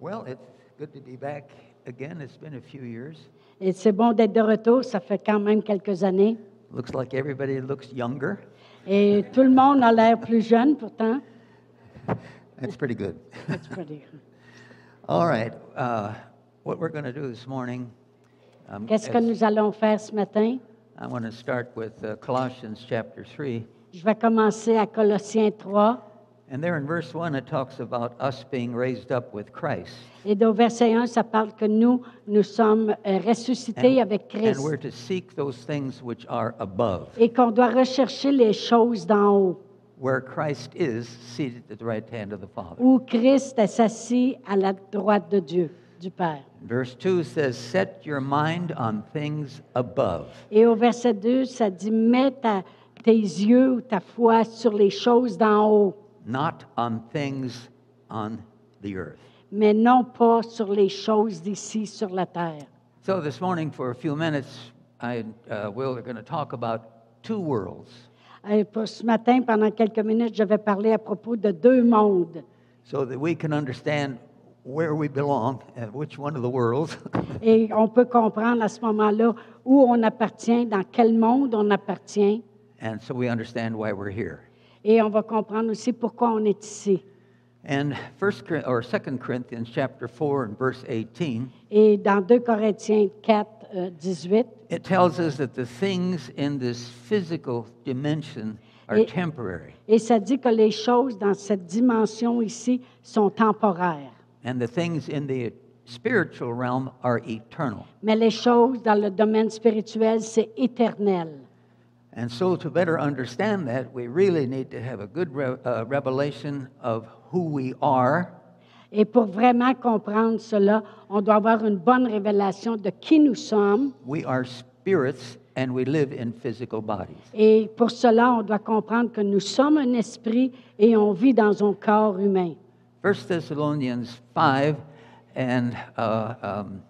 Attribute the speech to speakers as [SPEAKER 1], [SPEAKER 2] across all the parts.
[SPEAKER 1] Well, it's good to be back again. It's been a few years.
[SPEAKER 2] Et c'est bon d'être de retour, ça fait quand même quelques années.
[SPEAKER 1] Looks like everybody looks younger.
[SPEAKER 2] Et tout le monde a l'air plus jeune pourtant.
[SPEAKER 1] That's pretty good.
[SPEAKER 2] Tu peux dire.
[SPEAKER 1] All right. Uh, what we're going to do this morning, um,
[SPEAKER 2] Qu'est-ce que
[SPEAKER 1] is
[SPEAKER 2] nous allons faire ce matin?
[SPEAKER 1] I want to start with uh, Colossians chapter 3.
[SPEAKER 2] Je vais commencer à Colossiens 3.
[SPEAKER 1] And there in verse 1, it talks about us being raised up with Christ.
[SPEAKER 2] Et dans verset 1, ça parle que nous, nous sommes euh, ressuscités avec
[SPEAKER 1] and
[SPEAKER 2] Christ
[SPEAKER 1] we're to seek those things which are above,
[SPEAKER 2] et qu'on doit rechercher les choses d'en haut,
[SPEAKER 1] where Christ is seated at the right hand of the Father.
[SPEAKER 2] où Christ est assis à la droite de Dieu, du Père.
[SPEAKER 1] Verse 2 says, Set your mind on things above.
[SPEAKER 2] Et au verset 2, ça dit, mets ta- tes yeux ou ta foi sur les choses d'en haut,
[SPEAKER 1] not on things on the earth.
[SPEAKER 2] mais non pas sur les choses d'ici sur la terre.
[SPEAKER 1] So, this morning, for a few minutes, I and uh, Will are going to talk about two worlds.
[SPEAKER 2] Euh, pour ce matin, pendant quelques minutes, je vais parler à propos de deux mondes
[SPEAKER 1] So that we can understand where we belong and which one of the worlds.
[SPEAKER 2] et on peut comprendre à ce moment-là où on appartient, dans quel monde on appartient.
[SPEAKER 1] and so we understand why we're here.
[SPEAKER 2] Et on va comprendre aussi pourquoi on est ici.
[SPEAKER 1] And first Cor- or second Corinthians chapter 4 and verse 18,
[SPEAKER 2] Et dans 2 Corinthiens 4, euh, 18,
[SPEAKER 1] it tells us that the things in this physical dimension are
[SPEAKER 2] It-
[SPEAKER 1] temporary,
[SPEAKER 2] et ça dit que les choses dans cette dimension ici sont temporaires,
[SPEAKER 1] and the things in the spiritual realm are eternal.
[SPEAKER 2] mais les choses dans le domaine spirituel, c'est éternel.
[SPEAKER 1] And so, to better understand that, we really need to have a good re- uh, revelation of who we are
[SPEAKER 2] Et pour vraiment comprendre cela, on doit avoir une bonne révélation de qui nous sommes
[SPEAKER 1] we are spirits and we live in physical bodies.
[SPEAKER 2] Et pour cela, on doit comprendre que nous sommes un esprit et on vit dans un corps humain.
[SPEAKER 1] 1 Thessalonians 5 and uh, um,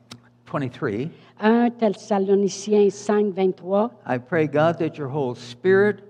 [SPEAKER 1] 23
[SPEAKER 2] 1 Thessaloniciens 5, 23.
[SPEAKER 1] I pray, God, that your whole spirit,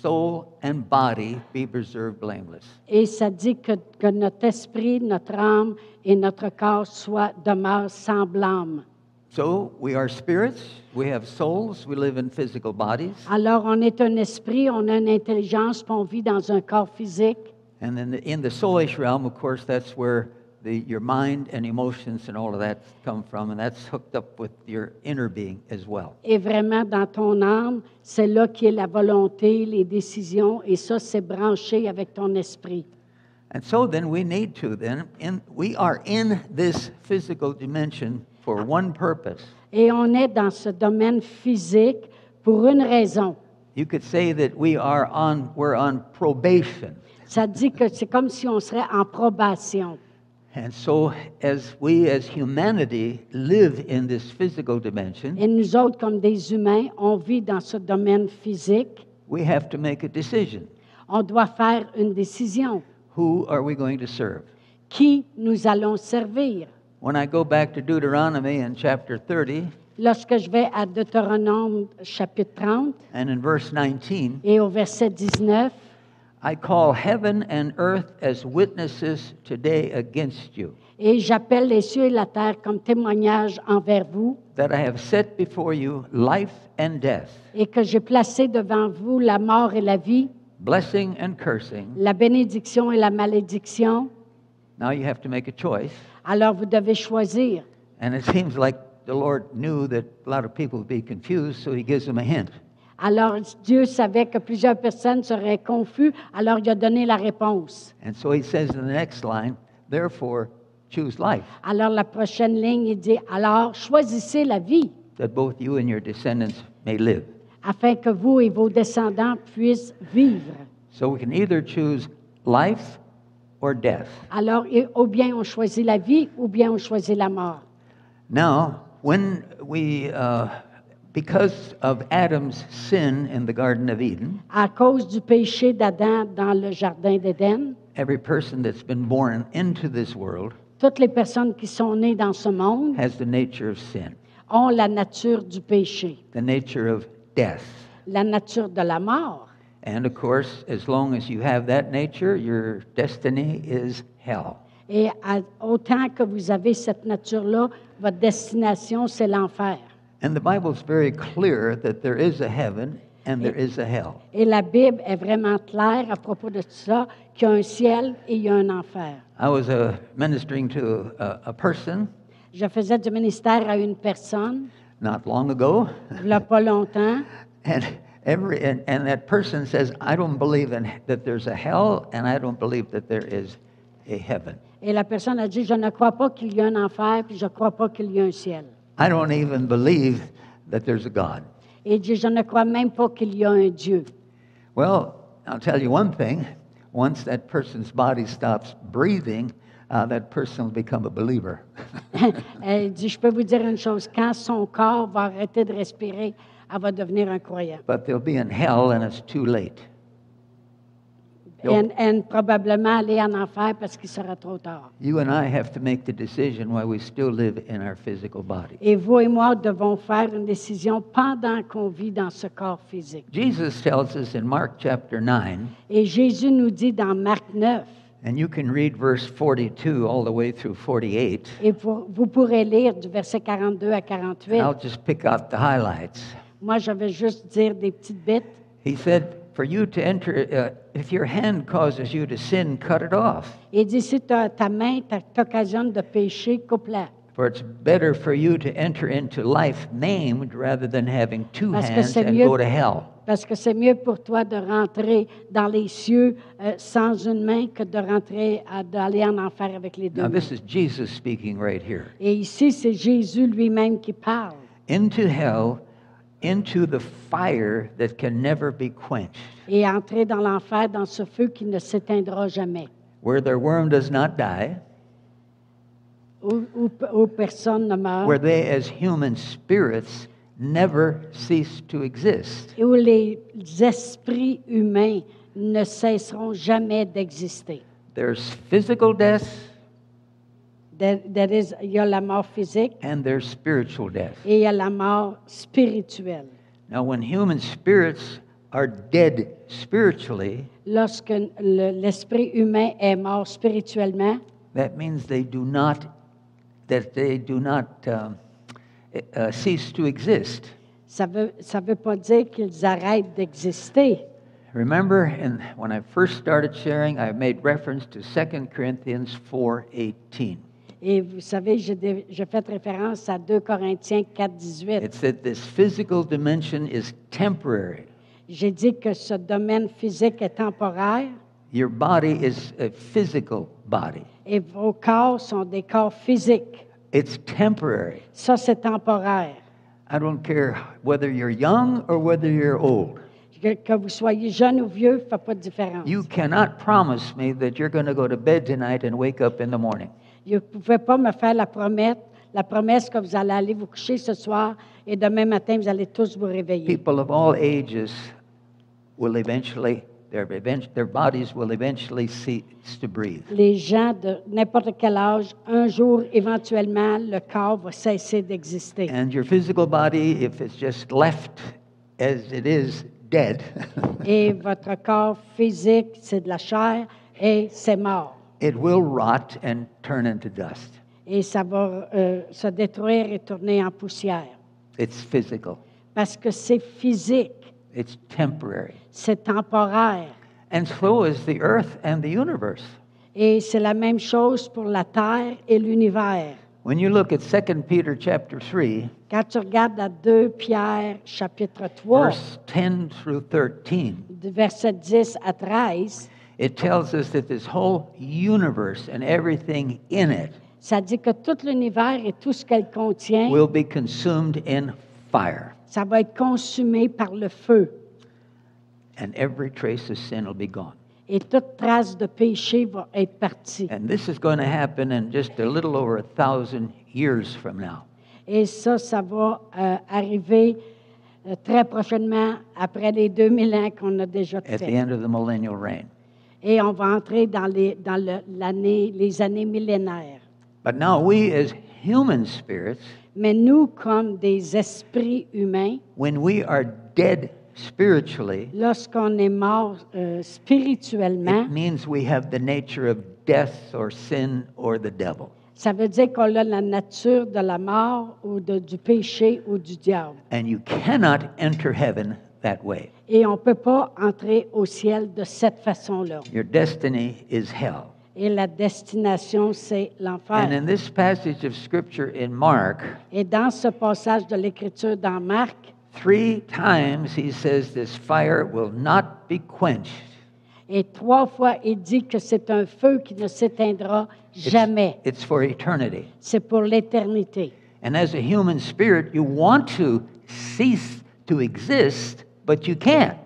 [SPEAKER 1] soul, and body be preserved blameless.
[SPEAKER 2] Et ça dit que, que notre esprit, notre âme et notre corps soient, demeurent sans blâme.
[SPEAKER 1] So, we are spirits, we have souls, we live in physical bodies.
[SPEAKER 2] Alors, on est un esprit, on a une intelligence, puis on vit dans un corps physique.
[SPEAKER 1] And then in the soulish realm, of course, that's where the, your mind and emotions and all of that come from, and that's hooked up with your inner being as well.
[SPEAKER 2] Et vraiment, dans ton âme, c'est là qui est la volonté, les décisions, et ça, c'est branché avec ton esprit.
[SPEAKER 1] And so then we need to then, in, we are in this physical dimension for one purpose.
[SPEAKER 2] Et on est dans ce domaine physique pour une raison.
[SPEAKER 1] You could say that we are on, we're on probation.
[SPEAKER 2] Ça dit que c'est comme si on serait en probation.
[SPEAKER 1] And so as we as humanity live in this physical dimension,
[SPEAKER 2] Et nous autres, comme des humains, on vit dans ce domaine physique.
[SPEAKER 1] we have to make a decision.
[SPEAKER 2] On doit faire une décision.
[SPEAKER 1] Who are we going to serve?
[SPEAKER 2] Qui nous allons servir?
[SPEAKER 1] When I go back to Deuteronomy in chapter 30
[SPEAKER 2] Lorsque je vais à Deutéronome chapitre 30
[SPEAKER 1] and in verse 19,
[SPEAKER 2] et au verset 19,
[SPEAKER 1] I call heaven and earth as witnesses today against you,
[SPEAKER 2] et j'appelle les cieux et la terre comme témoignage envers vous,
[SPEAKER 1] that I have set before you life and death,
[SPEAKER 2] et que j'ai placé devant vous la mort et la vie,
[SPEAKER 1] blessing and cursing.
[SPEAKER 2] la bénédiction et la malédiction.
[SPEAKER 1] Now you have to make a choice.
[SPEAKER 2] Alors vous devez choisir.
[SPEAKER 1] And it seems like the Lord knew that a lot of people would be confused, so he gives them a hint.
[SPEAKER 2] Alors Dieu savait que plusieurs personnes seraient confuses, alors il a donné la réponse.
[SPEAKER 1] And so he says in the next line, therefore choose life,
[SPEAKER 2] Alors la prochaine ligne, il dit, alors choisissez la vie
[SPEAKER 1] that both you and your descendants may live.
[SPEAKER 2] afin que vous et vos descendants puissent vivre.
[SPEAKER 1] So we can either choose life or death.
[SPEAKER 2] Alors, et- ou bien on choisit la vie, ou bien on choisit la mort.
[SPEAKER 1] Now, when we, uh, because of Adam's sin in the Garden of Eden,
[SPEAKER 2] À cause du péché d'Adam dans le Jardin d'Éden,
[SPEAKER 1] every person that's been born into this world
[SPEAKER 2] toutes les personnes qui sont nées dans ce monde
[SPEAKER 1] has the nature of sin,
[SPEAKER 2] ont la nature du péché,
[SPEAKER 1] the nature of death.
[SPEAKER 2] la nature de la mort.
[SPEAKER 1] And of course, as long as you have that nature, your destiny is hell.
[SPEAKER 2] Et à- autant que vous avez cette nature-là, votre destination, c'est l'enfer.
[SPEAKER 1] And the Bible's very clear that there is a heaven and there is a hell.
[SPEAKER 2] Et la Bible est vraiment claire à propos de tout ça, qu'il y a un ciel et il y a un enfer.
[SPEAKER 1] I was uh, ministering to a, a person
[SPEAKER 2] Je faisais du ministère à une personne,
[SPEAKER 1] not long ago,
[SPEAKER 2] il n'y a pas longtemps,
[SPEAKER 1] and every and, and that person says, "I don't believe in that there's a hell, and I don't believe that there is a heaven.
[SPEAKER 2] et la personne a dit, je ne crois pas qu'il y a un enfer, puis je ne crois pas qu'il y a un ciel.
[SPEAKER 1] I don't even believe that there's a God."
[SPEAKER 2] Et il dit, je ne crois même pas qu'il y a un Dieu.
[SPEAKER 1] Well, I'll tell you one thing: once that person's body stops breathing, uh, that person will become a believer.
[SPEAKER 2] Elle dit, je peux vous dire une chose, quand son corps va arrêter de respirer, elle va devenir un croyant.
[SPEAKER 1] but they'll be in hell, and it's too late.
[SPEAKER 2] Et, et probablement aller en enfer parce qu'il sera trop tard.
[SPEAKER 1] You and I have to make the decision while we still live in our physical body.
[SPEAKER 2] Et vous et moi devons faire une décision pendant qu'on vit dans ce corps physique.
[SPEAKER 1] Jesus tells us in Mark chapter 9,
[SPEAKER 2] Et Jésus nous dit dans Marc 9,
[SPEAKER 1] and you can read verse 42 all the way through 48.
[SPEAKER 2] et vous, vous pourrez lire du verset 42 à 48,
[SPEAKER 1] And I'll just pick out the highlights.
[SPEAKER 2] moi je vais juste dire des petites bêtes.
[SPEAKER 1] He said, For you to enter, uh, if your hand causes you to sin, cut it off.
[SPEAKER 2] Et dit, si t'as- ta main t'a- t'occasionne de pécher, coupe-la.
[SPEAKER 1] For it's better for you to enter into life maimed rather than having two
[SPEAKER 2] Parce que
[SPEAKER 1] hands
[SPEAKER 2] c'est
[SPEAKER 1] and
[SPEAKER 2] mieux-
[SPEAKER 1] go to hell.
[SPEAKER 2] Parce que c'est mieux pour toi de rentrer dans les cieux euh, sans une main que de rentrer, à- d'aller en enfer avec les deux.
[SPEAKER 1] Now,
[SPEAKER 2] mains.
[SPEAKER 1] this is Jesus speaking right here.
[SPEAKER 2] Et ici, c'est Jésus lui-même qui parle.
[SPEAKER 1] Into hell, into the fire that can never be quenched.
[SPEAKER 2] Et entrer dans l'enfer, dans ce feu qui ne s'éteindra jamais,
[SPEAKER 1] where their worm does not die,
[SPEAKER 2] où, où- où personne ne meurt,
[SPEAKER 1] where they, as human spirits, never cease to exist.
[SPEAKER 2] et où les esprits humains ne cesseront jamais d'exister.
[SPEAKER 1] There's physical death
[SPEAKER 2] There- there is- Il y a la mort physique
[SPEAKER 1] and there's spiritual death.
[SPEAKER 2] et il y a la mort spirituelle.
[SPEAKER 1] Now, when human spirits are dead spiritually,
[SPEAKER 2] Lorsque le- l'esprit humain est mort spirituellement,
[SPEAKER 1] that means they do not that they do not um, uh, cease to exist.
[SPEAKER 2] Ça ne veut, ça veut pas dire qu'ils arrêtent d'exister.
[SPEAKER 1] Remember, and when I first started sharing, I made reference to 2 Corinthians 4:18.
[SPEAKER 2] Et vous savez, j'ai dé- j'ai fait référence à 2 Corinthiens 4, 18.
[SPEAKER 1] It said this physical dimension is temporary.
[SPEAKER 2] J'ai dit que ce domaine physique est temporaire
[SPEAKER 1] Your body is a physical body.
[SPEAKER 2] et vos corps sont des corps physiques.
[SPEAKER 1] It's temporary.
[SPEAKER 2] Ça, c'est temporaire.
[SPEAKER 1] I don't care whether you're young or whether you're old.
[SPEAKER 2] Que, que vous soyez jeune ou vieux, ça ne fait pas de différence.
[SPEAKER 1] You cannot promise me that you're going to go to bed tonight and wake up in the morning.
[SPEAKER 2] Vous ne pouvez pas me faire la promesse, la promesse que vous allez aller vous coucher ce soir et demain matin, vous allez tous vous réveiller.
[SPEAKER 1] People of all ages will eventually, their, event- their bodies will eventually cease to breathe.
[SPEAKER 2] Les gens de n'importe quel âge, un jour, éventuellement, le corps va cesser d'exister.
[SPEAKER 1] And your physical body, if it's just left as it is, dead,
[SPEAKER 2] Et votre corps physique, c'est de la chair et c'est mort.
[SPEAKER 1] it will rot and turn into dust.
[SPEAKER 2] Et ça va euh, se détruire et tourner en poussière.
[SPEAKER 1] It's physical,
[SPEAKER 2] Parce que c'est physique,
[SPEAKER 1] it's temporary.
[SPEAKER 2] c'est temporaire.
[SPEAKER 1] And so is the earth and the universe.
[SPEAKER 2] Et c'est la même chose pour la terre et l'univers.
[SPEAKER 1] When you look at 2 Peter chapter 3,
[SPEAKER 2] Quand tu regardes à 2 Pierre, chapitre 3,
[SPEAKER 1] verse 10 through 13,
[SPEAKER 2] du verset 10 à 13,
[SPEAKER 1] it tells us that this whole universe and everything in it
[SPEAKER 2] ça dit que tout l'univers et tout ce qu'elle contient,
[SPEAKER 1] will be consumed in fire,
[SPEAKER 2] ça va être consumé par le feu.
[SPEAKER 1] and every trace of sin will be gone.
[SPEAKER 2] Et toute trace de péché va être partie.
[SPEAKER 1] And this is going to happen in just a little over a thousand years from now.
[SPEAKER 2] Et ça, ça va euh, arriver euh, très prochainement, après les 2000 ans qu'on a déjà
[SPEAKER 1] At the
[SPEAKER 2] fait.
[SPEAKER 1] end of the millennial reign.
[SPEAKER 2] Et on va entrer dans les, dans le- l'année, les années millénaires.
[SPEAKER 1] But now, we as human spirits,
[SPEAKER 2] Mais nous, comme des esprits humains,
[SPEAKER 1] when we are dead spiritually,
[SPEAKER 2] Lorsqu'on est mort euh, spirituellement,
[SPEAKER 1] it means we have the nature of death or sin or the devil.
[SPEAKER 2] ça veut dire qu'on a la nature de la mort ou de- du péché ou du diable.
[SPEAKER 1] And you cannot enter heaven that way.
[SPEAKER 2] Et on ne peut pas entrer au ciel de cette façon-là.
[SPEAKER 1] Your destiny is hell.
[SPEAKER 2] Et la destination, c'est
[SPEAKER 1] And
[SPEAKER 2] l'enfer.
[SPEAKER 1] in this passage of scripture in Mark,
[SPEAKER 2] Et dans ce passage de l'Écriture dans Marc,
[SPEAKER 1] three times he says this fire will not be quenched.
[SPEAKER 2] et trois fois, il dit que c'est un feu qui ne s'éteindra
[SPEAKER 1] It's-
[SPEAKER 2] jamais.
[SPEAKER 1] It's for eternity.
[SPEAKER 2] C'est pour l'éternité.
[SPEAKER 1] And as a human spirit, you want to cease to exist, but you can't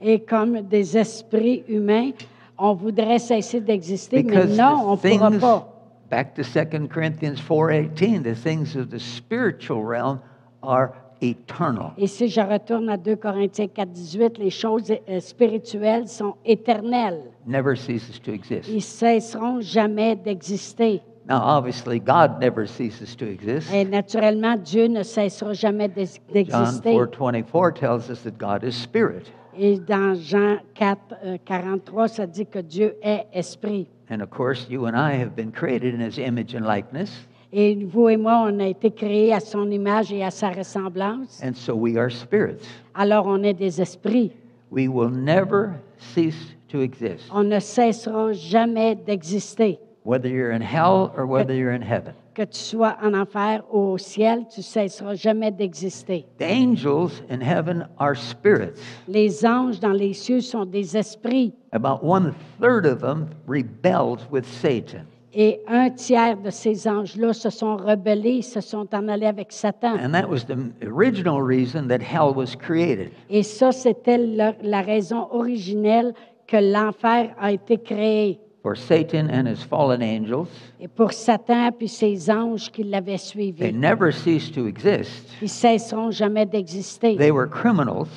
[SPEAKER 2] Et comme des esprits humains, on voudrait cesser d'exister, mais
[SPEAKER 1] because
[SPEAKER 2] non, on
[SPEAKER 1] the
[SPEAKER 2] ne pourra
[SPEAKER 1] things
[SPEAKER 2] pas.
[SPEAKER 1] back to 2 Corinthians 4:18, the things of the spiritual realm are eternal.
[SPEAKER 2] Et si je retourne à 2 Corinthiens 4, 18, les choses euh, spirituelles sont éternelles.
[SPEAKER 1] Never ceases to exist.
[SPEAKER 2] Ils cesseront jamais d'exister.
[SPEAKER 1] Now, obviously, God never ceases to exist.
[SPEAKER 2] Et naturellement, Dieu ne cessera jamais d'ex-
[SPEAKER 1] John
[SPEAKER 2] d'exister.
[SPEAKER 1] 4:24 tells us that God is spirit,
[SPEAKER 2] Et dans Jean 4, euh, 43, ça dit que Dieu est esprit.
[SPEAKER 1] and of course, you and I have been created in His image and likeness,
[SPEAKER 2] Et vous et moi, on a été créés à son image et à sa ressemblance.
[SPEAKER 1] and so we are spirits.
[SPEAKER 2] Alors, on est des esprits.
[SPEAKER 1] We will never cease to exist,
[SPEAKER 2] On ne cessera jamais d'exister.
[SPEAKER 1] whether you're in hell or whether you're in heaven.
[SPEAKER 2] Que tu sois en enfer ou au ciel, tu cesseras jamais d'exister.
[SPEAKER 1] The angels in heaven are spirits.
[SPEAKER 2] Les anges dans les cieux sont des esprits
[SPEAKER 1] About one third of them rebelled with Satan,
[SPEAKER 2] et un tiers de ces anges-là se sont rebellés, se sont en allés avec Satan.
[SPEAKER 1] and that was the original reason that hell was created.
[SPEAKER 2] Et ça, c'était le- la raison originelle que l'enfer a été créé
[SPEAKER 1] For Satan and his fallen angels,
[SPEAKER 2] et pour Satan puis ses anges qui l'avaient
[SPEAKER 1] they
[SPEAKER 2] suivi.
[SPEAKER 1] never ceased to exist.
[SPEAKER 2] Ils cesseront jamais d'exister.
[SPEAKER 1] They were criminals.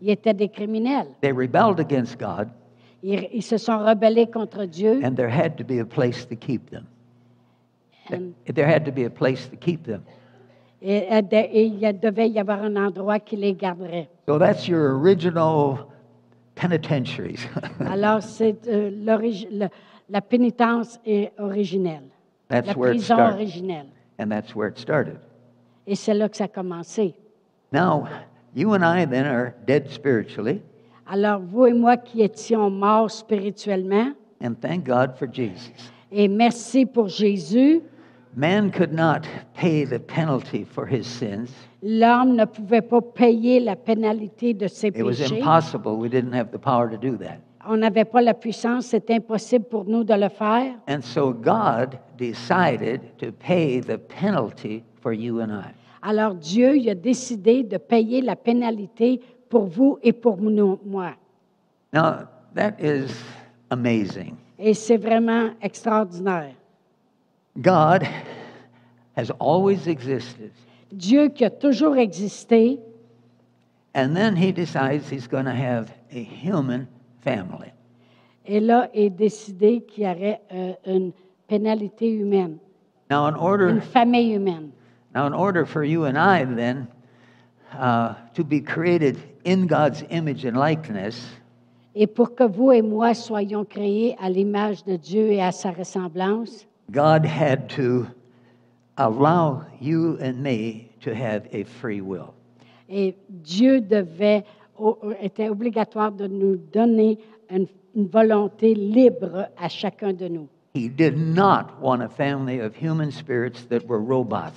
[SPEAKER 2] Ils étaient des criminels.
[SPEAKER 1] They rebelled against God,
[SPEAKER 2] Ils, ils se sont rebellés contre Dieu.
[SPEAKER 1] and there had to be a place to keep them.
[SPEAKER 2] And-
[SPEAKER 1] There had to be a place to keep them.
[SPEAKER 2] Et, et de- et il devait y avoir un endroit qui les garderait.
[SPEAKER 1] So that's your original penitentiaries.
[SPEAKER 2] Alors, c'est euh, l'origi- le- la pénitence est originelle.
[SPEAKER 1] That's
[SPEAKER 2] la
[SPEAKER 1] where it
[SPEAKER 2] prison
[SPEAKER 1] started.
[SPEAKER 2] originelle.
[SPEAKER 1] and that's where it started.
[SPEAKER 2] Et c'est là que ça a commencé.
[SPEAKER 1] Now, you and I then are dead spiritually,
[SPEAKER 2] Alors, vous et moi qui étions morts spirituellement,
[SPEAKER 1] and thank God for Jesus.
[SPEAKER 2] et merci pour Jésus,
[SPEAKER 1] Man could not pay the penalty for his sins.
[SPEAKER 2] l'homme ne pouvait pas payer la pénalité de ses
[SPEAKER 1] It was
[SPEAKER 2] péchés.
[SPEAKER 1] impossible. We didn't have the power to do that.
[SPEAKER 2] On n'avait pas la puissance, c'est impossible pour nous de le faire.
[SPEAKER 1] And so God decided to pay the penalty for you and I.
[SPEAKER 2] Alors, Dieu il a décidé de payer la pénalité pour vous et pour nous, moi.
[SPEAKER 1] Now, that is amazing.
[SPEAKER 2] Et c'est vraiment extraordinaire.
[SPEAKER 1] God has always existed.
[SPEAKER 2] Dieu qui a toujours existé,
[SPEAKER 1] And then he decides he's going to have a human family.
[SPEAKER 2] et là est décidé qu'il y aurait euh, une pénalité humaine,
[SPEAKER 1] Now, in
[SPEAKER 2] une
[SPEAKER 1] order,
[SPEAKER 2] famille humaine.
[SPEAKER 1] now, in order for you and I then uh, to be created in God's image and likeness,
[SPEAKER 2] Et pour que vous et moi soyons créés à l'image de Dieu et à sa ressemblance,
[SPEAKER 1] God had to allow you and me to have a free will.
[SPEAKER 2] et Dieu devait, o- o- était obligatoire de nous donner une, une volonté libre à chacun de nous.
[SPEAKER 1] He did not want a family of human spirits that were robots.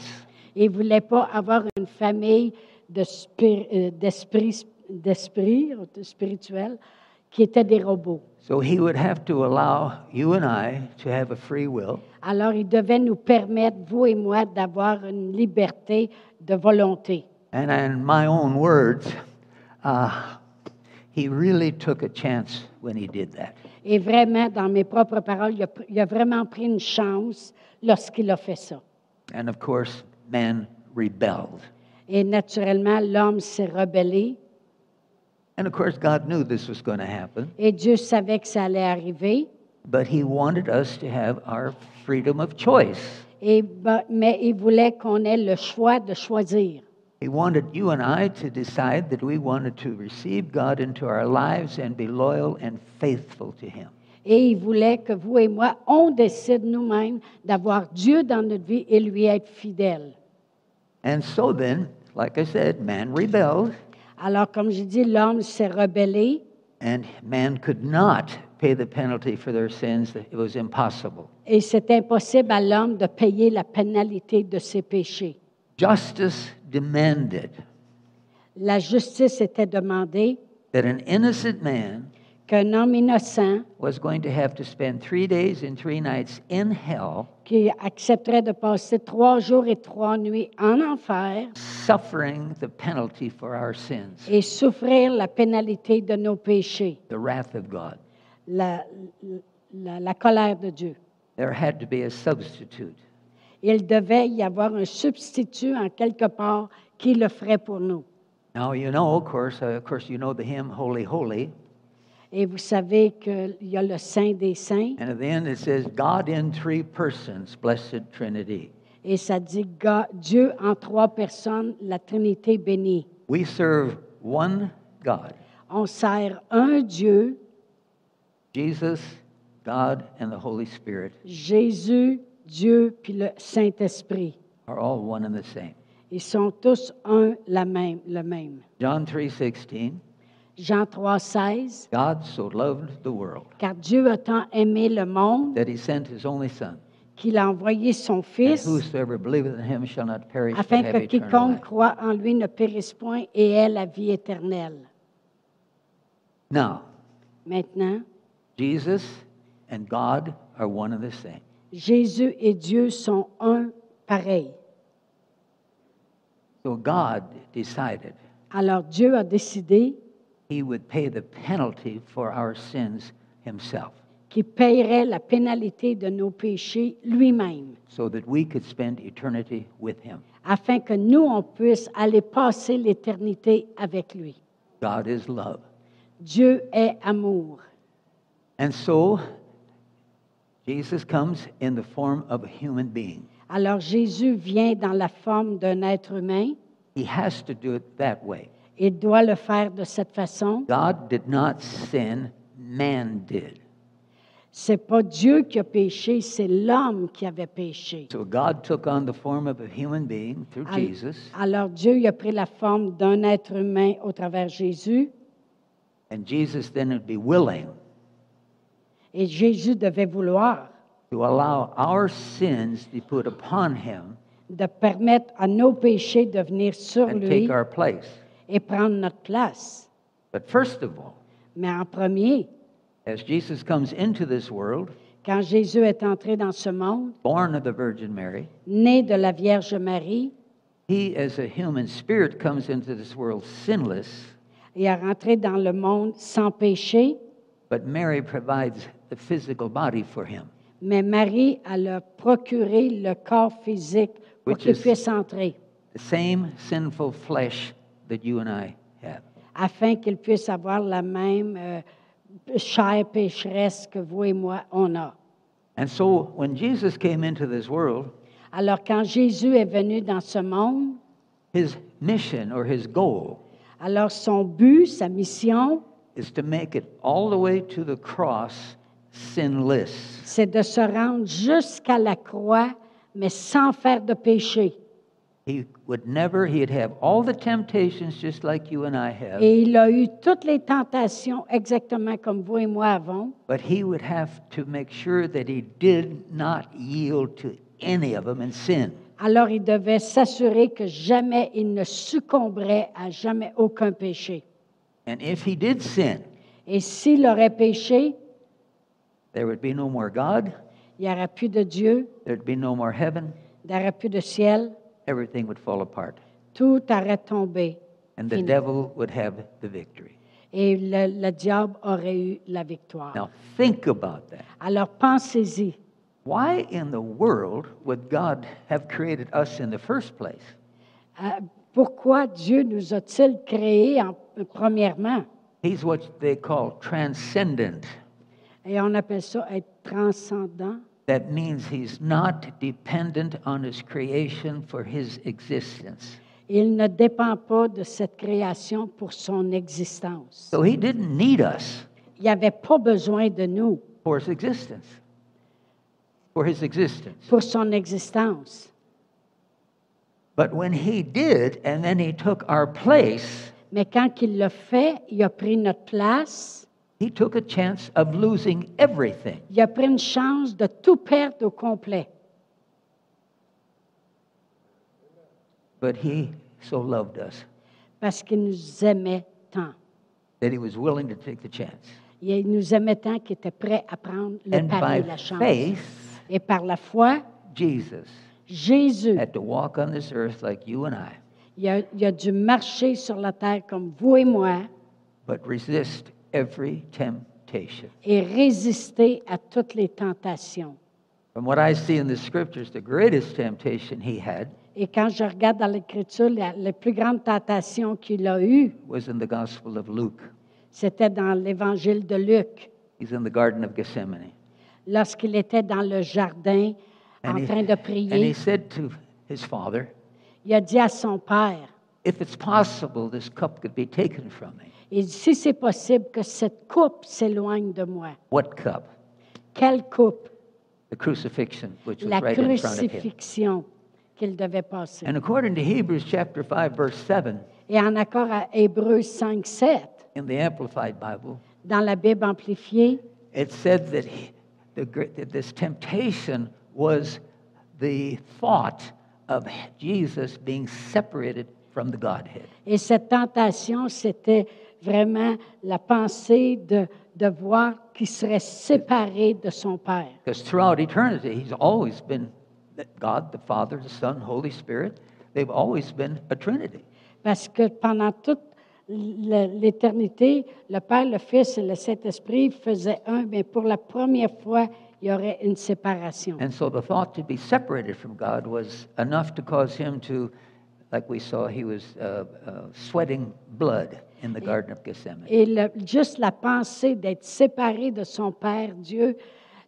[SPEAKER 2] Il ne voulait pas avoir une famille de spir- euh, d'esprits d'esprit, spirituels qui étaient des robots.
[SPEAKER 1] So he would have to allow you and I to have a free will.
[SPEAKER 2] Alors, il devait nous permettre, vous et moi, d'avoir une liberté de volonté.
[SPEAKER 1] And in my own words, uh, he really took a chance when he did that.
[SPEAKER 2] Et vraiment, dans mes propres paroles, il a, pr- il a vraiment pris une chance lorsqu'il a fait ça.
[SPEAKER 1] And of course, man rebelled.
[SPEAKER 2] Et naturellement, l'homme s'est rebellé
[SPEAKER 1] And of course, God knew this was going to happen,
[SPEAKER 2] et Dieu savait que ça allait arriver.
[SPEAKER 1] but he wanted us to have our freedom of choice.
[SPEAKER 2] Et, ben, mais il voulait qu'on ait le choix de choisir.
[SPEAKER 1] He He wanted you and I to decide that we wanted to receive God into our lives and be loyal and faithful to Him.
[SPEAKER 2] Et il voulait que vous et moi, on décide nous-mêmes d'avoir Dieu dans notre vie et lui être fidèle.
[SPEAKER 1] And so then, like I said, man rebelled,
[SPEAKER 2] Alors, comme je dis, l'homme s'est rebellé
[SPEAKER 1] and man could not pay the penalty for their sins. It was impossible.
[SPEAKER 2] et c'est impossible à l'homme de payer la pénalité de ses péchés.
[SPEAKER 1] Justice demanded
[SPEAKER 2] La justice était demandée
[SPEAKER 1] that an innocent man
[SPEAKER 2] qu'un homme innocent
[SPEAKER 1] was going to have to spend three days and three nights in hell,
[SPEAKER 2] qui accepterait de passer trois jours et trois nuits en enfer
[SPEAKER 1] suffering the penalty for our sins,
[SPEAKER 2] et souffrir la pénalité de nos péchés,
[SPEAKER 1] the wrath of God.
[SPEAKER 2] la, la- la colère de Dieu.
[SPEAKER 1] There had to be a substitute.
[SPEAKER 2] Il devait y avoir un substitut en quelque part qui le ferait pour nous.
[SPEAKER 1] Now you know, of course, uh, of course, you know the hymn "Holy, Holy,"
[SPEAKER 2] Et vous savez qu'il y a le Saint des Saints
[SPEAKER 1] and at the end it says, "God in three persons, blessed Trinity."
[SPEAKER 2] et ça dit Ga- Dieu en trois personnes, la Trinité bénie.
[SPEAKER 1] We serve one God,
[SPEAKER 2] On sert un Dieu,
[SPEAKER 1] Jesus, God, and the Holy Spirit
[SPEAKER 2] Jésus, Dieu, puis le Saint-Esprit.
[SPEAKER 1] are all one and the same.
[SPEAKER 2] Ils sont tous un, la même, le même.
[SPEAKER 1] John three sixteen,
[SPEAKER 2] Jean 3, 16.
[SPEAKER 1] God so loved the world
[SPEAKER 2] Car Dieu a tant aimé le monde
[SPEAKER 1] that He sent His only Son.
[SPEAKER 2] qu'il a envoyé son
[SPEAKER 1] And
[SPEAKER 2] Fils
[SPEAKER 1] whosoever believeth in him shall not perish but
[SPEAKER 2] afin
[SPEAKER 1] have
[SPEAKER 2] que
[SPEAKER 1] eternal
[SPEAKER 2] quiconque
[SPEAKER 1] life.
[SPEAKER 2] croit en lui ne périsse point et ait la vie éternelle.
[SPEAKER 1] Now,
[SPEAKER 2] Maintenant,
[SPEAKER 1] Jesus and God are one and the same.
[SPEAKER 2] Jésus et Dieu sont un pareil.
[SPEAKER 1] So God decided
[SPEAKER 2] Alors Dieu a décidé
[SPEAKER 1] he would pay the penalty for our sins himself
[SPEAKER 2] qu'il payerait la pénalité de nos péchés lui-même,
[SPEAKER 1] so that we could spend eternity with him.
[SPEAKER 2] afin que nous, on puisse aller passer l'éternité avec lui.
[SPEAKER 1] God is love.
[SPEAKER 2] Dieu est amour.
[SPEAKER 1] And so Jesus comes in the form of a human being.
[SPEAKER 2] Alors Jésus vient dans la forme d'un être humain.
[SPEAKER 1] He has to do it that way.
[SPEAKER 2] Il doit le faire de cette façon.
[SPEAKER 1] God did not sin, man did.
[SPEAKER 2] C'est pas Dieu qui a péché, c'est l'homme qui avait péché.
[SPEAKER 1] So God took on the form of a human being through
[SPEAKER 2] Al-
[SPEAKER 1] Jesus.
[SPEAKER 2] Alors Dieu il a pris la forme d'un être humain au travers de Jésus
[SPEAKER 1] And Jesus then would be willing
[SPEAKER 2] et Jésus devait vouloir
[SPEAKER 1] to allow our sins to be put upon him
[SPEAKER 2] de permettre à nos péchés de venir sur
[SPEAKER 1] and
[SPEAKER 2] lui
[SPEAKER 1] take our place.
[SPEAKER 2] et prendre notre place.
[SPEAKER 1] But first of all,
[SPEAKER 2] Mais en premier,
[SPEAKER 1] as Jesus comes into this world,
[SPEAKER 2] quand Jésus est entré dans ce monde,
[SPEAKER 1] born of the Virgin Mary,
[SPEAKER 2] né de la Vierge Marie
[SPEAKER 1] he, as a human spirit, comes into this world sinless,
[SPEAKER 2] et est rentré dans le monde sans péché,
[SPEAKER 1] but Mary provides the physical body for him,
[SPEAKER 2] Mais Marie a leur procuré le corps physique pour
[SPEAKER 1] Which
[SPEAKER 2] qu'il
[SPEAKER 1] is-
[SPEAKER 2] puisse entrer,
[SPEAKER 1] the same sinful flesh that you and I have.
[SPEAKER 2] afin qu'il puisse avoir la même euh, chair pécheresse que vous et moi, on a.
[SPEAKER 1] And so when Jesus came into this world,
[SPEAKER 2] Alors, quand Jésus est venu dans ce monde,
[SPEAKER 1] his mission or his goal
[SPEAKER 2] alors son but, sa mission,
[SPEAKER 1] is to make it all the way to the cross sinless.
[SPEAKER 2] c'est de se rendre jusqu'à la croix, mais sans faire de péché.
[SPEAKER 1] He would never, he'd have all the temptations just like you and I have,
[SPEAKER 2] Et il a eu toutes les tentations, exactement comme vous et moi avons,
[SPEAKER 1] but he would have to make sure that he did not yield to any of them and sin.
[SPEAKER 2] Alors il devait s'assurer que jamais il ne succomberait à jamais aucun péché.
[SPEAKER 1] And if he did sin,
[SPEAKER 2] Et s'il aurait péché,
[SPEAKER 1] there would be no more God,
[SPEAKER 2] il n'y aurait plus de Dieu,
[SPEAKER 1] there'd be no more heaven,
[SPEAKER 2] il n'y aurait plus de ciel,
[SPEAKER 1] everything would fall apart,
[SPEAKER 2] tout aurait tombé
[SPEAKER 1] and the
[SPEAKER 2] Amen.
[SPEAKER 1] devil would have the victory.
[SPEAKER 2] et le, le diable aurait eu la victoire.
[SPEAKER 1] Now, think about that.
[SPEAKER 2] Alors pensez-y.
[SPEAKER 1] Why in the world would God have created us in the first place?
[SPEAKER 2] Euh, Pourquoi Dieu nous a-t-il créés en- premièrement?
[SPEAKER 1] He's what they call transcendent.
[SPEAKER 2] Et on appelle ça être transcendant.
[SPEAKER 1] That means he's not dependent on his creation for his existence.
[SPEAKER 2] Il ne dépend pas de cette création pour son existence.
[SPEAKER 1] So he didn't need us
[SPEAKER 2] Il n'avait pas besoin de nous
[SPEAKER 1] for his existence. For his existence.
[SPEAKER 2] pour son existence.
[SPEAKER 1] But when he did, and then he took our place,
[SPEAKER 2] Mais quand il l'a fait, il a pris notre place,
[SPEAKER 1] he took a chance of losing everything.
[SPEAKER 2] il a pris une chance de tout perdre au complet.
[SPEAKER 1] But he so loved us
[SPEAKER 2] parce qu'il nous aimait tant.
[SPEAKER 1] that he was willing to take the chance.
[SPEAKER 2] Il nous aimait tant qu'il était prêt à prendre le
[SPEAKER 1] And
[SPEAKER 2] pari,
[SPEAKER 1] by
[SPEAKER 2] la chance.
[SPEAKER 1] faith,
[SPEAKER 2] Et par la foi,
[SPEAKER 1] Jesus
[SPEAKER 2] Jésus,
[SPEAKER 1] had to walk on this earth like you and I,
[SPEAKER 2] il a, il a dû marcher sur la terre comme vous et moi
[SPEAKER 1] but resist every temptation.
[SPEAKER 2] et résister à toutes les tentations.
[SPEAKER 1] From what I see in the scriptures, the greatest temptation he had
[SPEAKER 2] Et quand je regarde dans l'Écriture, la, la plus grande tentation qu'il a eue,
[SPEAKER 1] was in the Gospel of Luke.
[SPEAKER 2] c'était dans l'Évangile de Luc,
[SPEAKER 1] He's in the Garden of Gethsemane.
[SPEAKER 2] lorsqu'il était dans le jardin en
[SPEAKER 1] And he,
[SPEAKER 2] train de
[SPEAKER 1] and he
[SPEAKER 2] prier.
[SPEAKER 1] said to his father,
[SPEAKER 2] Il a dit à son Père,
[SPEAKER 1] If it's possible, this cup could be taken from me.
[SPEAKER 2] il dit, si c'est possible que cette coupe s'éloigne de moi.
[SPEAKER 1] What cup?
[SPEAKER 2] Quelle coupe?
[SPEAKER 1] The crucifixion, which was
[SPEAKER 2] La
[SPEAKER 1] right in front of him.
[SPEAKER 2] crucifixion qu'il devait passer.
[SPEAKER 1] And according to Hebrews chapter 5, verse 7,
[SPEAKER 2] Et en accord à Hébreux 5, 7,
[SPEAKER 1] in the Amplified Bible,
[SPEAKER 2] dans la Bible amplifiée,
[SPEAKER 1] it said that, he, the, gr- that this temptation was the thought of Jesus being separated from the Godhead.
[SPEAKER 2] et cette tentation, c'était vraiment la pensée de, de voir qu'il serait séparé de son Père.
[SPEAKER 1] Because throughout eternity, he's always been God, the Father, the Son, Holy Spirit. They've always been a Trinity.
[SPEAKER 2] Parce que pendant toute l- l'éternité, le Père, le Fils et le Saint-Esprit faisaient un, mais pour la première fois, il y aurait une séparation.
[SPEAKER 1] And so the thought to be separated from God was enough to cause him to, like we saw, he was uh, uh, sweating blood in the Garden of Gethsemane.
[SPEAKER 2] Et le- juste la pensée d'être séparé de son Père Dieu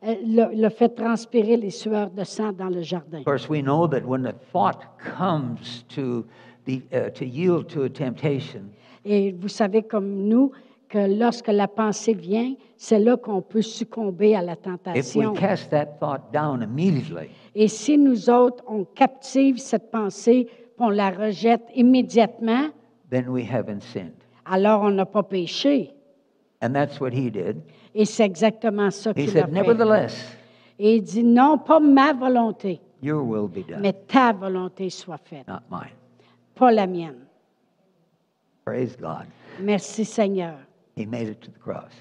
[SPEAKER 2] euh, le, le fait transpirer les sueurs de sang dans le jardin.
[SPEAKER 1] Of course, we know that when the thought comes to, the, uh, to yield to a temptation,
[SPEAKER 2] Et vous savez comme nous que lorsque la pensée vient, c'est là qu'on peut succomber à la
[SPEAKER 1] if we
[SPEAKER 2] tentation.
[SPEAKER 1] cast that thought down immediately,
[SPEAKER 2] Et si nous autres, on captive cette pensée, puis on la rejette immédiatement,
[SPEAKER 1] then we haven't sinned.
[SPEAKER 2] alors on n'a pas péché.
[SPEAKER 1] And that's what he did.
[SPEAKER 2] Et c'est exactement ça
[SPEAKER 1] He
[SPEAKER 2] qu'il a
[SPEAKER 1] said,
[SPEAKER 2] fait.
[SPEAKER 1] Nevertheless,
[SPEAKER 2] Et il dit, non, pas ma volonté,
[SPEAKER 1] your will be done,
[SPEAKER 2] mais ta volonté soit faite,
[SPEAKER 1] not mine.
[SPEAKER 2] pas la mienne.
[SPEAKER 1] Praise God.
[SPEAKER 2] Merci Seigneur.
[SPEAKER 1] He made it to the cross.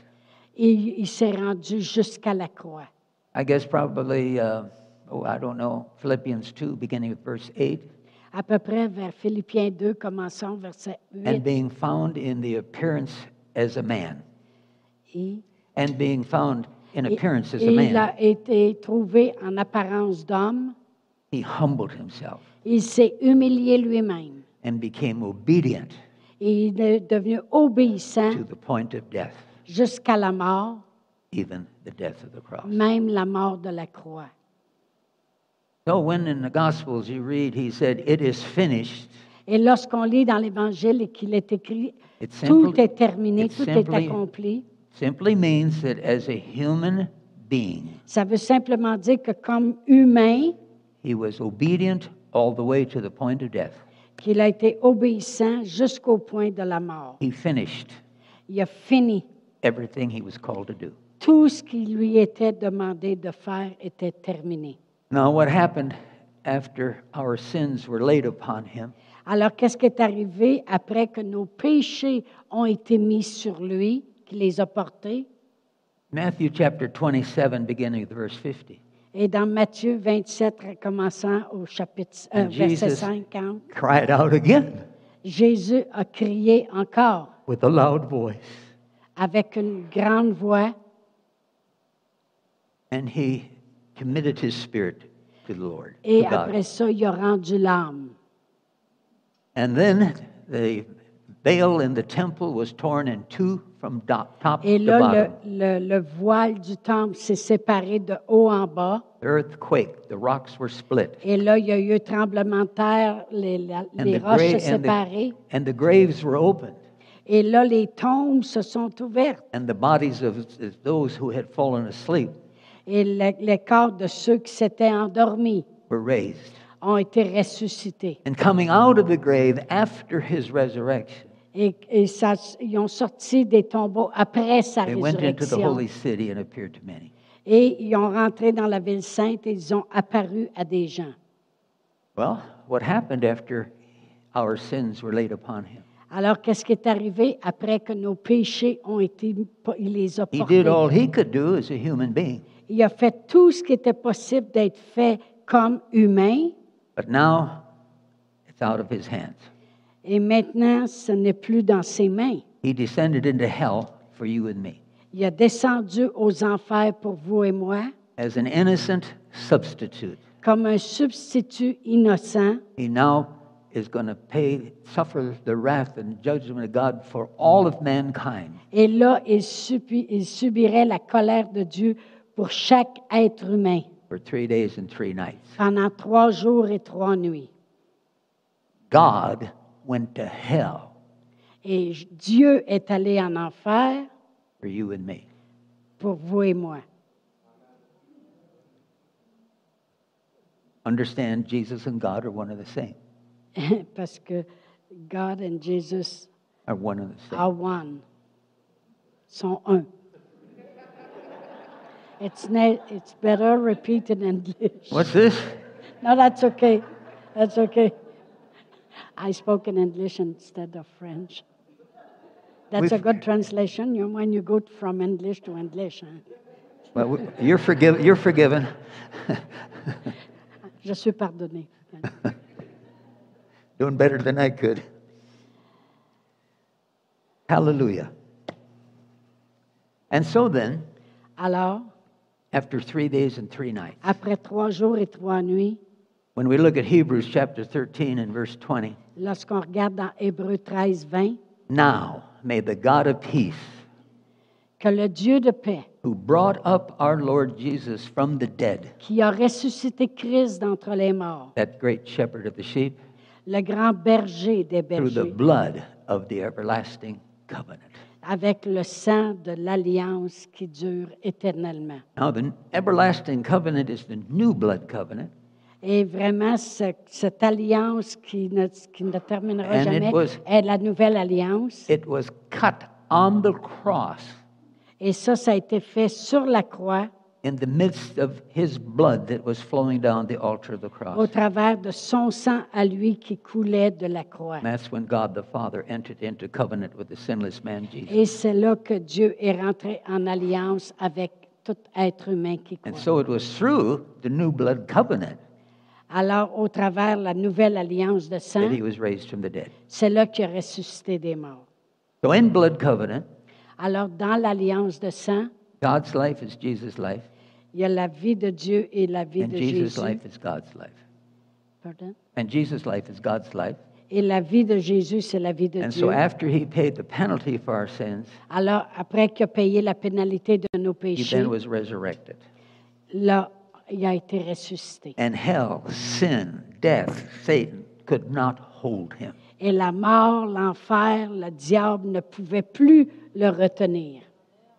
[SPEAKER 2] Et il il s'est rendu jusqu'à la croix.
[SPEAKER 1] I guess probably, uh, oh, I don't know, Philippians 2, beginning with verse 8.
[SPEAKER 2] À peu près vers Philippiens 2, commençons verset 8.
[SPEAKER 1] And being found in the appearance as a man.
[SPEAKER 2] et,
[SPEAKER 1] And being found in appearance as
[SPEAKER 2] et
[SPEAKER 1] a
[SPEAKER 2] il
[SPEAKER 1] man,
[SPEAKER 2] a été trouvé en apparence d'homme.
[SPEAKER 1] he humbled himself
[SPEAKER 2] Il s'est humilié lui-même.
[SPEAKER 1] and became obedient
[SPEAKER 2] Et il est devenu obéissant
[SPEAKER 1] to the point of death,
[SPEAKER 2] jusqu'à la mort,
[SPEAKER 1] even the death of the cross.
[SPEAKER 2] même la mort de la croix.
[SPEAKER 1] So when in the Gospels you read, he said, It is finished.
[SPEAKER 2] Et lorsqu'on lit dans l'Évangile et qu'il est écrit,
[SPEAKER 1] It's
[SPEAKER 2] tout
[SPEAKER 1] simply-
[SPEAKER 2] est terminé,
[SPEAKER 1] it's
[SPEAKER 2] tout est
[SPEAKER 1] simply-
[SPEAKER 2] accompli,
[SPEAKER 1] Simply means that as a human being,
[SPEAKER 2] ça veut simplement dire que comme humain,
[SPEAKER 1] he was obedient all the way to the point of death.
[SPEAKER 2] qu'il a été obéissant jusqu'au point de la mort.
[SPEAKER 1] He finished
[SPEAKER 2] Il a fini.
[SPEAKER 1] everything he was called to do.
[SPEAKER 2] Tout ce qui lui était demandé de faire était terminé.
[SPEAKER 1] Now, what happened after our sins were laid upon him?
[SPEAKER 2] Alors, qu'est-ce qui est arrivé après que nos péchés ont été mis sur lui, qu'il les a portés?
[SPEAKER 1] Matthew chapter 27, beginning with verse 50.
[SPEAKER 2] Et dans Matthieu 27, commençant au chapitre, euh,
[SPEAKER 1] And
[SPEAKER 2] verset
[SPEAKER 1] Jesus-
[SPEAKER 2] 50,
[SPEAKER 1] Cried out again
[SPEAKER 2] Jésus a crié encore
[SPEAKER 1] with a loud voice,
[SPEAKER 2] avec une grande voix
[SPEAKER 1] and he committed his spirit to the Lord. to
[SPEAKER 2] et
[SPEAKER 1] God.
[SPEAKER 2] après ça, il a rendu l'âme.
[SPEAKER 1] And then the veil in the temple was torn in two from do- top
[SPEAKER 2] Et
[SPEAKER 1] to
[SPEAKER 2] là,
[SPEAKER 1] bottom.
[SPEAKER 2] le, le- le voile du temple s'est séparé de haut en bas.
[SPEAKER 1] The earth quaked, the rocks were split,
[SPEAKER 2] Et là, il y a eu un tremblement de terre, les, la-
[SPEAKER 1] and,
[SPEAKER 2] les
[SPEAKER 1] the,
[SPEAKER 2] roches
[SPEAKER 1] gra-
[SPEAKER 2] se
[SPEAKER 1] and,
[SPEAKER 2] séparées.
[SPEAKER 1] the, and the graves were opened,
[SPEAKER 2] Et là, les tombes se sont ouvertes.
[SPEAKER 1] and the bodies of, of those who had fallen asleep
[SPEAKER 2] Et le- les corps de ceux qui s'étaient endormis
[SPEAKER 1] were raised.
[SPEAKER 2] ont été ressuscités.
[SPEAKER 1] And coming out of the grave after his resurrection,
[SPEAKER 2] Et, et ça- ils ont sorti des tombeaux après sa
[SPEAKER 1] they went into the
[SPEAKER 2] résurrection.
[SPEAKER 1] holy city and appeared to many.
[SPEAKER 2] Et ils ont rentré dans la ville sainte et ils ont apparu à des gens.
[SPEAKER 1] Well, what happened after our sins were laid upon him?
[SPEAKER 2] Alors, qu'est-ce qui est arrivé après que nos péchés ont été, il les a
[SPEAKER 1] He
[SPEAKER 2] portés?
[SPEAKER 1] did all he could do as a human being.
[SPEAKER 2] Il a fait tout ce qui était possible d'être fait comme humain,
[SPEAKER 1] But now it's out of his hands.
[SPEAKER 2] et maintenant, ce n'est plus dans ses mains.
[SPEAKER 1] He descended into hell for you and me
[SPEAKER 2] Il a descendu aux enfers pour vous et moi,
[SPEAKER 1] as an innocent substitute.
[SPEAKER 2] comme un substitut innocent.
[SPEAKER 1] He now is going to pay, suffer the wrath and judgment of God for all of mankind.
[SPEAKER 2] Et là, il, subi- il subirait la colère de Dieu pour chaque être humain
[SPEAKER 1] for three days and three nights.
[SPEAKER 2] pendant trois jours et trois nuits.
[SPEAKER 1] God went to hell
[SPEAKER 2] Et j- Dieu est allé en enfer
[SPEAKER 1] for you and me.
[SPEAKER 2] pour vous et moi.
[SPEAKER 1] Understand, Jesus and God are one of the same.
[SPEAKER 2] Parce que God and Jesus
[SPEAKER 1] Are one of the same.
[SPEAKER 2] are one. Sont un. It's, ne- it's better repeated in English.
[SPEAKER 1] What's this?
[SPEAKER 2] No, that's okay. That's okay. I spoke in English instead of French. That's a
[SPEAKER 1] We've-
[SPEAKER 2] good translation. You when you go from English to English. hein.
[SPEAKER 1] Well, we- you're forgiven. You're forgiven.
[SPEAKER 2] Je suis pardonné.
[SPEAKER 1] Doing better than I could. Hallelujah. And so then,
[SPEAKER 2] Alors,
[SPEAKER 1] after three days and three nights,
[SPEAKER 2] après trois jours et trois nuits,
[SPEAKER 1] when we look at Hebrews chapter 13 and verse 20,
[SPEAKER 2] lorsqu'on regarde dans Hébreu 13, 20,
[SPEAKER 1] now may the God of peace
[SPEAKER 2] que le Dieu de paix,
[SPEAKER 1] who brought up our Lord Jesus from the dead,
[SPEAKER 2] qui a ressuscité Christ d'entre les morts,
[SPEAKER 1] that great shepherd of the sheep,
[SPEAKER 2] le grand berger des
[SPEAKER 1] through the
[SPEAKER 2] bergers,
[SPEAKER 1] blood of the everlasting covenant.
[SPEAKER 2] avec le sang de l'alliance qui dure éternellement.
[SPEAKER 1] Now, the everlasting covenant is the new blood covenant,
[SPEAKER 2] Et vraiment, ce- cette alliance qui ne, qui ne terminera
[SPEAKER 1] And it
[SPEAKER 2] jamais
[SPEAKER 1] was-
[SPEAKER 2] est la nouvelle alliance.
[SPEAKER 1] it was cut on the cross
[SPEAKER 2] Et ça, ça a été fait sur la croix,
[SPEAKER 1] in the midst of his blood that was flowing down the altar of the
[SPEAKER 2] au
[SPEAKER 1] cross.
[SPEAKER 2] travers de son sang à lui qui coulait de la croix.
[SPEAKER 1] And that's when God the Father entered into covenant with the sinless man Jesus.
[SPEAKER 2] Et c'est là que Dieu est rentré en alliance avec tout être humain qui
[SPEAKER 1] And
[SPEAKER 2] croit.
[SPEAKER 1] so it was through the new blood covenant
[SPEAKER 2] Alors, au travers de la nouvelle alliance de sang,
[SPEAKER 1] that he was raised from the dead.
[SPEAKER 2] c'est là qu'il a ressuscité des morts.
[SPEAKER 1] So, in blood covenant,
[SPEAKER 2] Alors, dans l'alliance de sang,
[SPEAKER 1] God's life is Jesus' life.
[SPEAKER 2] il y a la vie de Dieu et la vie
[SPEAKER 1] And
[SPEAKER 2] de
[SPEAKER 1] Jesus'
[SPEAKER 2] Jésus.
[SPEAKER 1] life is God's life.
[SPEAKER 2] Pardon?
[SPEAKER 1] And Jesus' life is God's life.
[SPEAKER 2] Et la vie de Jésus, c'est la vie de
[SPEAKER 1] And
[SPEAKER 2] Dieu.
[SPEAKER 1] so after he paid the penalty for our sins,
[SPEAKER 2] Alors, après qu'il a payé la pénalité de nos
[SPEAKER 1] he
[SPEAKER 2] péchés,
[SPEAKER 1] then was resurrected.
[SPEAKER 2] là, il a été ressuscité.
[SPEAKER 1] And hell, sin, death, Satan could not hold him.
[SPEAKER 2] Et la mort, l'enfer, le diable ne pouvaient plus le retenir.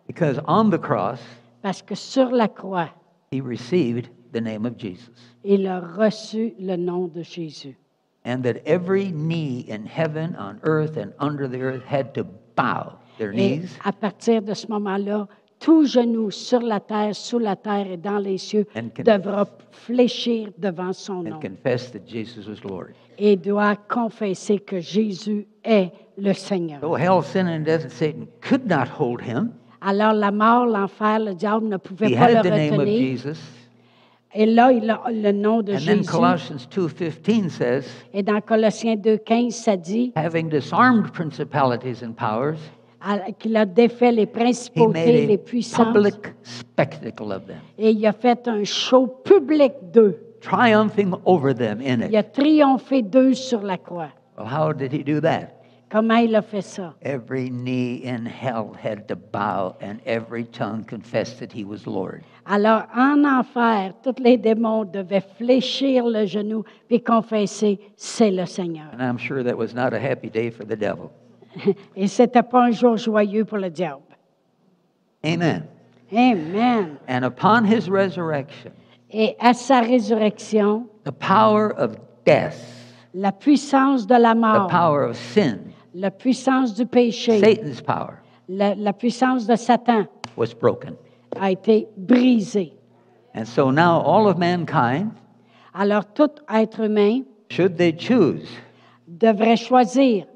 [SPEAKER 1] Because on the cross,
[SPEAKER 2] Parce que sur la croix,
[SPEAKER 1] he received the name of Jesus.
[SPEAKER 2] il a reçu le nom de Jésus.
[SPEAKER 1] And that every knee in heaven, on earth, and under the earth had to bow their
[SPEAKER 2] Et
[SPEAKER 1] knees
[SPEAKER 2] à partir de ce moment-là, tout genou sur la terre, sous la terre et dans les cieux
[SPEAKER 1] And can-
[SPEAKER 2] devra fléchir devant son nom
[SPEAKER 1] and confess that Jesus was Lord.
[SPEAKER 2] et doit confesser que Jésus est le Seigneur.
[SPEAKER 1] So hell, sin, and death, and Satan could not hold him.
[SPEAKER 2] Alors la mort, l'enfer, le diable ne
[SPEAKER 1] He
[SPEAKER 2] pouvaient pas le
[SPEAKER 1] had the name of
[SPEAKER 2] retenir.
[SPEAKER 1] Jesus.
[SPEAKER 2] Et là, il a le nom de
[SPEAKER 1] And then
[SPEAKER 2] Jésus.
[SPEAKER 1] Colossians 2:15 says,
[SPEAKER 2] Et dans Colossiens 2.15, ça dit
[SPEAKER 1] having disarmed principalities and powers,
[SPEAKER 2] à- qu'il a défait les
[SPEAKER 1] he
[SPEAKER 2] principautés,
[SPEAKER 1] made
[SPEAKER 2] les
[SPEAKER 1] a
[SPEAKER 2] puissances,
[SPEAKER 1] public spectacle of them,
[SPEAKER 2] et il a fait un show public d'eux.
[SPEAKER 1] triumphing over them in
[SPEAKER 2] Il a
[SPEAKER 1] it.
[SPEAKER 2] triomphé d'eux sur la croix.
[SPEAKER 1] Well, how did he do that?
[SPEAKER 2] Comment il a fait ça?
[SPEAKER 1] Every knee in hell had to bow, and every tongue confessed that he was Lord.
[SPEAKER 2] Alors, en enfer, tous les démons devaient fléchir le genou et confesser, c'est le Seigneur.
[SPEAKER 1] And I'm sure that was not a happy day for the devil.
[SPEAKER 2] Et c'était pas un jour joyeux pour le diable.
[SPEAKER 1] Amen.
[SPEAKER 2] Amen.
[SPEAKER 1] And upon his resurrection,
[SPEAKER 2] Et à sa résurrection,
[SPEAKER 1] the power of death,
[SPEAKER 2] la puissance de la
[SPEAKER 1] the
[SPEAKER 2] mort,
[SPEAKER 1] power of sin,
[SPEAKER 2] la puissance du péché,
[SPEAKER 1] Satan's power,
[SPEAKER 2] la, la puissance de Satan
[SPEAKER 1] was broken.
[SPEAKER 2] a été brisée.
[SPEAKER 1] And so now all of mankind,
[SPEAKER 2] Alors, tout être humain
[SPEAKER 1] should they choose,
[SPEAKER 2] devrait choisir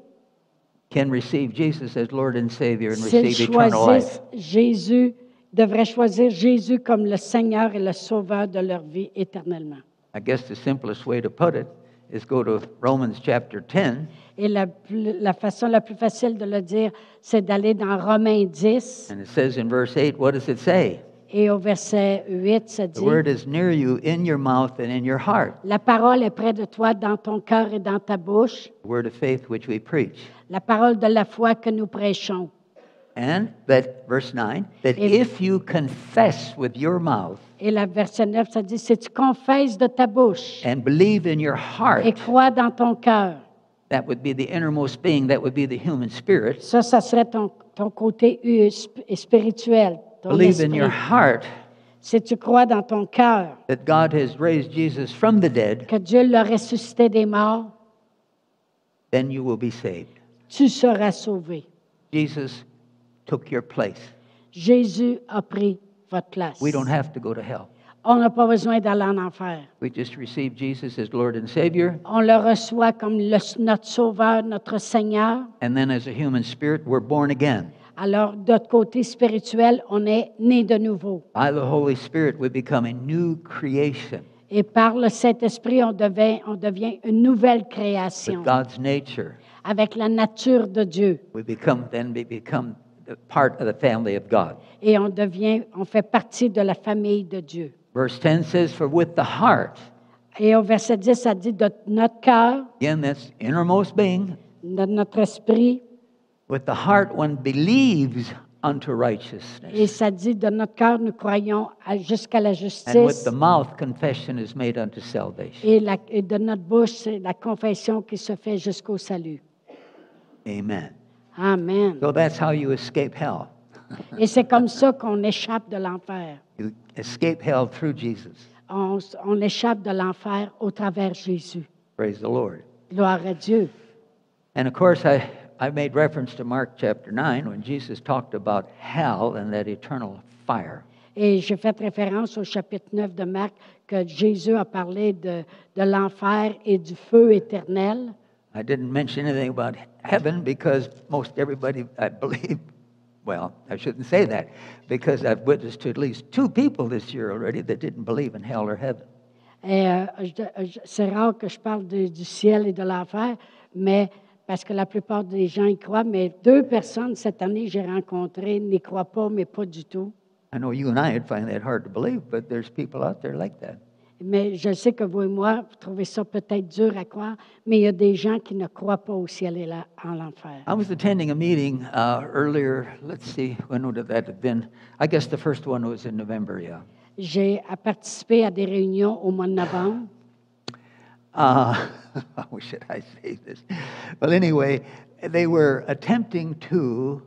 [SPEAKER 1] can receive Jesus as Lord and Savior and
[SPEAKER 2] s'il
[SPEAKER 1] receive eternal life.
[SPEAKER 2] choisissent Jésus, devrait choisir Jésus comme le Seigneur et le Sauveur de leur vie éternellement.
[SPEAKER 1] I guess the simplest way to put it is go to Romans chapter 10
[SPEAKER 2] Et la, plus- la façon la plus facile de le dire, c'est d'aller dans Romains 10
[SPEAKER 1] and it says in verse 8 what does it say?
[SPEAKER 2] et au verset 8, ça
[SPEAKER 1] The
[SPEAKER 2] dit,
[SPEAKER 1] word is near you in your mouth and in your heart.
[SPEAKER 2] La parole est près de toi, dans ton cœur et dans ta bouche,
[SPEAKER 1] The word of faith which we preach.
[SPEAKER 2] la parole de la foi que nous prêchons.
[SPEAKER 1] And that verse 9 that
[SPEAKER 2] If-
[SPEAKER 1] if you confess with your mouth
[SPEAKER 2] Et le verset 9, ça dit, si tu confesses de ta bouche
[SPEAKER 1] and believe in your
[SPEAKER 2] et
[SPEAKER 1] heart,
[SPEAKER 2] crois dans ton cœur,
[SPEAKER 1] that would be the innermost being, that would be the human spirit.
[SPEAKER 2] ça, ça serait ton, ton côté euh, sp- spirituel, ton
[SPEAKER 1] Believe in
[SPEAKER 2] esprit.
[SPEAKER 1] your heart
[SPEAKER 2] Si tu crois dans ton cœur
[SPEAKER 1] that God has raised Jesus from the dead,
[SPEAKER 2] que Dieu l'a ressuscité des morts,
[SPEAKER 1] then you will be saved.
[SPEAKER 2] tu seras sauvé.
[SPEAKER 1] Jesus took your place.
[SPEAKER 2] Jésus a pris votre place.
[SPEAKER 1] We don't have to go to hell.
[SPEAKER 2] On n'a pas besoin d'aller en enfer.
[SPEAKER 1] We just receive Jesus as Lord and Savior,
[SPEAKER 2] On le reçoit comme le- notre Sauveur, notre Seigneur.
[SPEAKER 1] and then as a human spirit, we're born again.
[SPEAKER 2] Alors, de notre côté spirituel, on est né de nouveau.
[SPEAKER 1] By the Holy Spirit, we become a new creation
[SPEAKER 2] Et par le Saint-Esprit, on, devient- on devient une nouvelle création
[SPEAKER 1] with God's nature.
[SPEAKER 2] avec la nature de Dieu.
[SPEAKER 1] We become then we become the part of the family of God.
[SPEAKER 2] Et on devient, on fait partie de la famille de Dieu.
[SPEAKER 1] Verse 10 says, For with the heart,
[SPEAKER 2] Et au verset 10, ça dit de notre cœur,
[SPEAKER 1] again, that's innermost being,
[SPEAKER 2] de notre esprit,
[SPEAKER 1] with the heart one believes unto righteousness.
[SPEAKER 2] et ça dit de notre cœur, nous croyons à- jusqu'à la
[SPEAKER 1] And with
[SPEAKER 2] justice.
[SPEAKER 1] the mouth, confession is made unto salvation.
[SPEAKER 2] Et, la- et de notre bouche, c'est la confession qui se fait jusqu'au salut.
[SPEAKER 1] Amen.
[SPEAKER 2] Amen.
[SPEAKER 1] So that's how you escape hell.
[SPEAKER 2] Et c'est comme ça qu'on échappe de l'enfer.
[SPEAKER 1] You escape hell through Jesus.
[SPEAKER 2] on, s- on échappe de l'enfer au travers de Jésus.
[SPEAKER 1] Praise the Lord.
[SPEAKER 2] Gloire à Dieu.
[SPEAKER 1] And of course, I, I made reference to Mark chapter 9 when Jesus talked about hell and that eternal fire.
[SPEAKER 2] Et j'ai fait référence au chapitre 9 de Marc que Jésus a parlé de, de l'enfer et du feu éternel.
[SPEAKER 1] I didn't mention anything about heaven because most everybody, I believe, well, I shouldn't say that because I've witnessed to at least two people this year already that didn't believe in hell or heaven.
[SPEAKER 2] Et, euh, je- je- c'est rare que je parle de- du ciel et de l'enfer, mais parce que la plupart des gens y croient, mais deux personnes cette année que j'ai rencontrées n'y croient pas, mais pas du tout.
[SPEAKER 1] I know you and I would find that hard to believe, but there's people out there like that.
[SPEAKER 2] Mais je sais que vous et moi, vous trouvez ça peut-être dur à croire, mais il y a des gens qui ne croient pas au ciel et là, en l'enfer.
[SPEAKER 1] I was attending a meeting uh, earlier. Let's see, when would that have been? I guess the first one was in November, yeah.
[SPEAKER 2] J'ai à participé à des réunions au mois de novembre.
[SPEAKER 1] Uh, how should I say this? Well, anyway, they were attempting to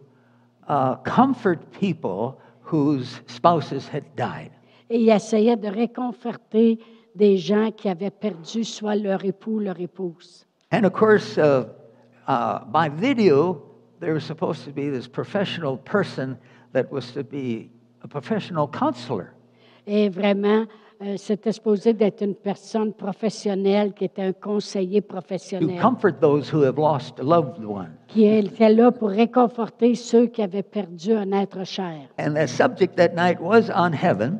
[SPEAKER 1] uh, comfort people whose spouses had died.
[SPEAKER 2] Et il essayait de réconforter des gens qui avaient perdu soit leur époux, leur épouse.
[SPEAKER 1] And of course, uh, uh, by video, there was supposed to be this professional person that was to be a professional counselor.
[SPEAKER 2] Et vraiment, euh, c'était supposé d'être une personne professionnelle qui était un conseiller
[SPEAKER 1] to
[SPEAKER 2] professionnel,
[SPEAKER 1] comfort those who have lost a loved one.
[SPEAKER 2] qui était là pour réconforter ceux qui avaient perdu un être cher.
[SPEAKER 1] And the subject that night was on heaven.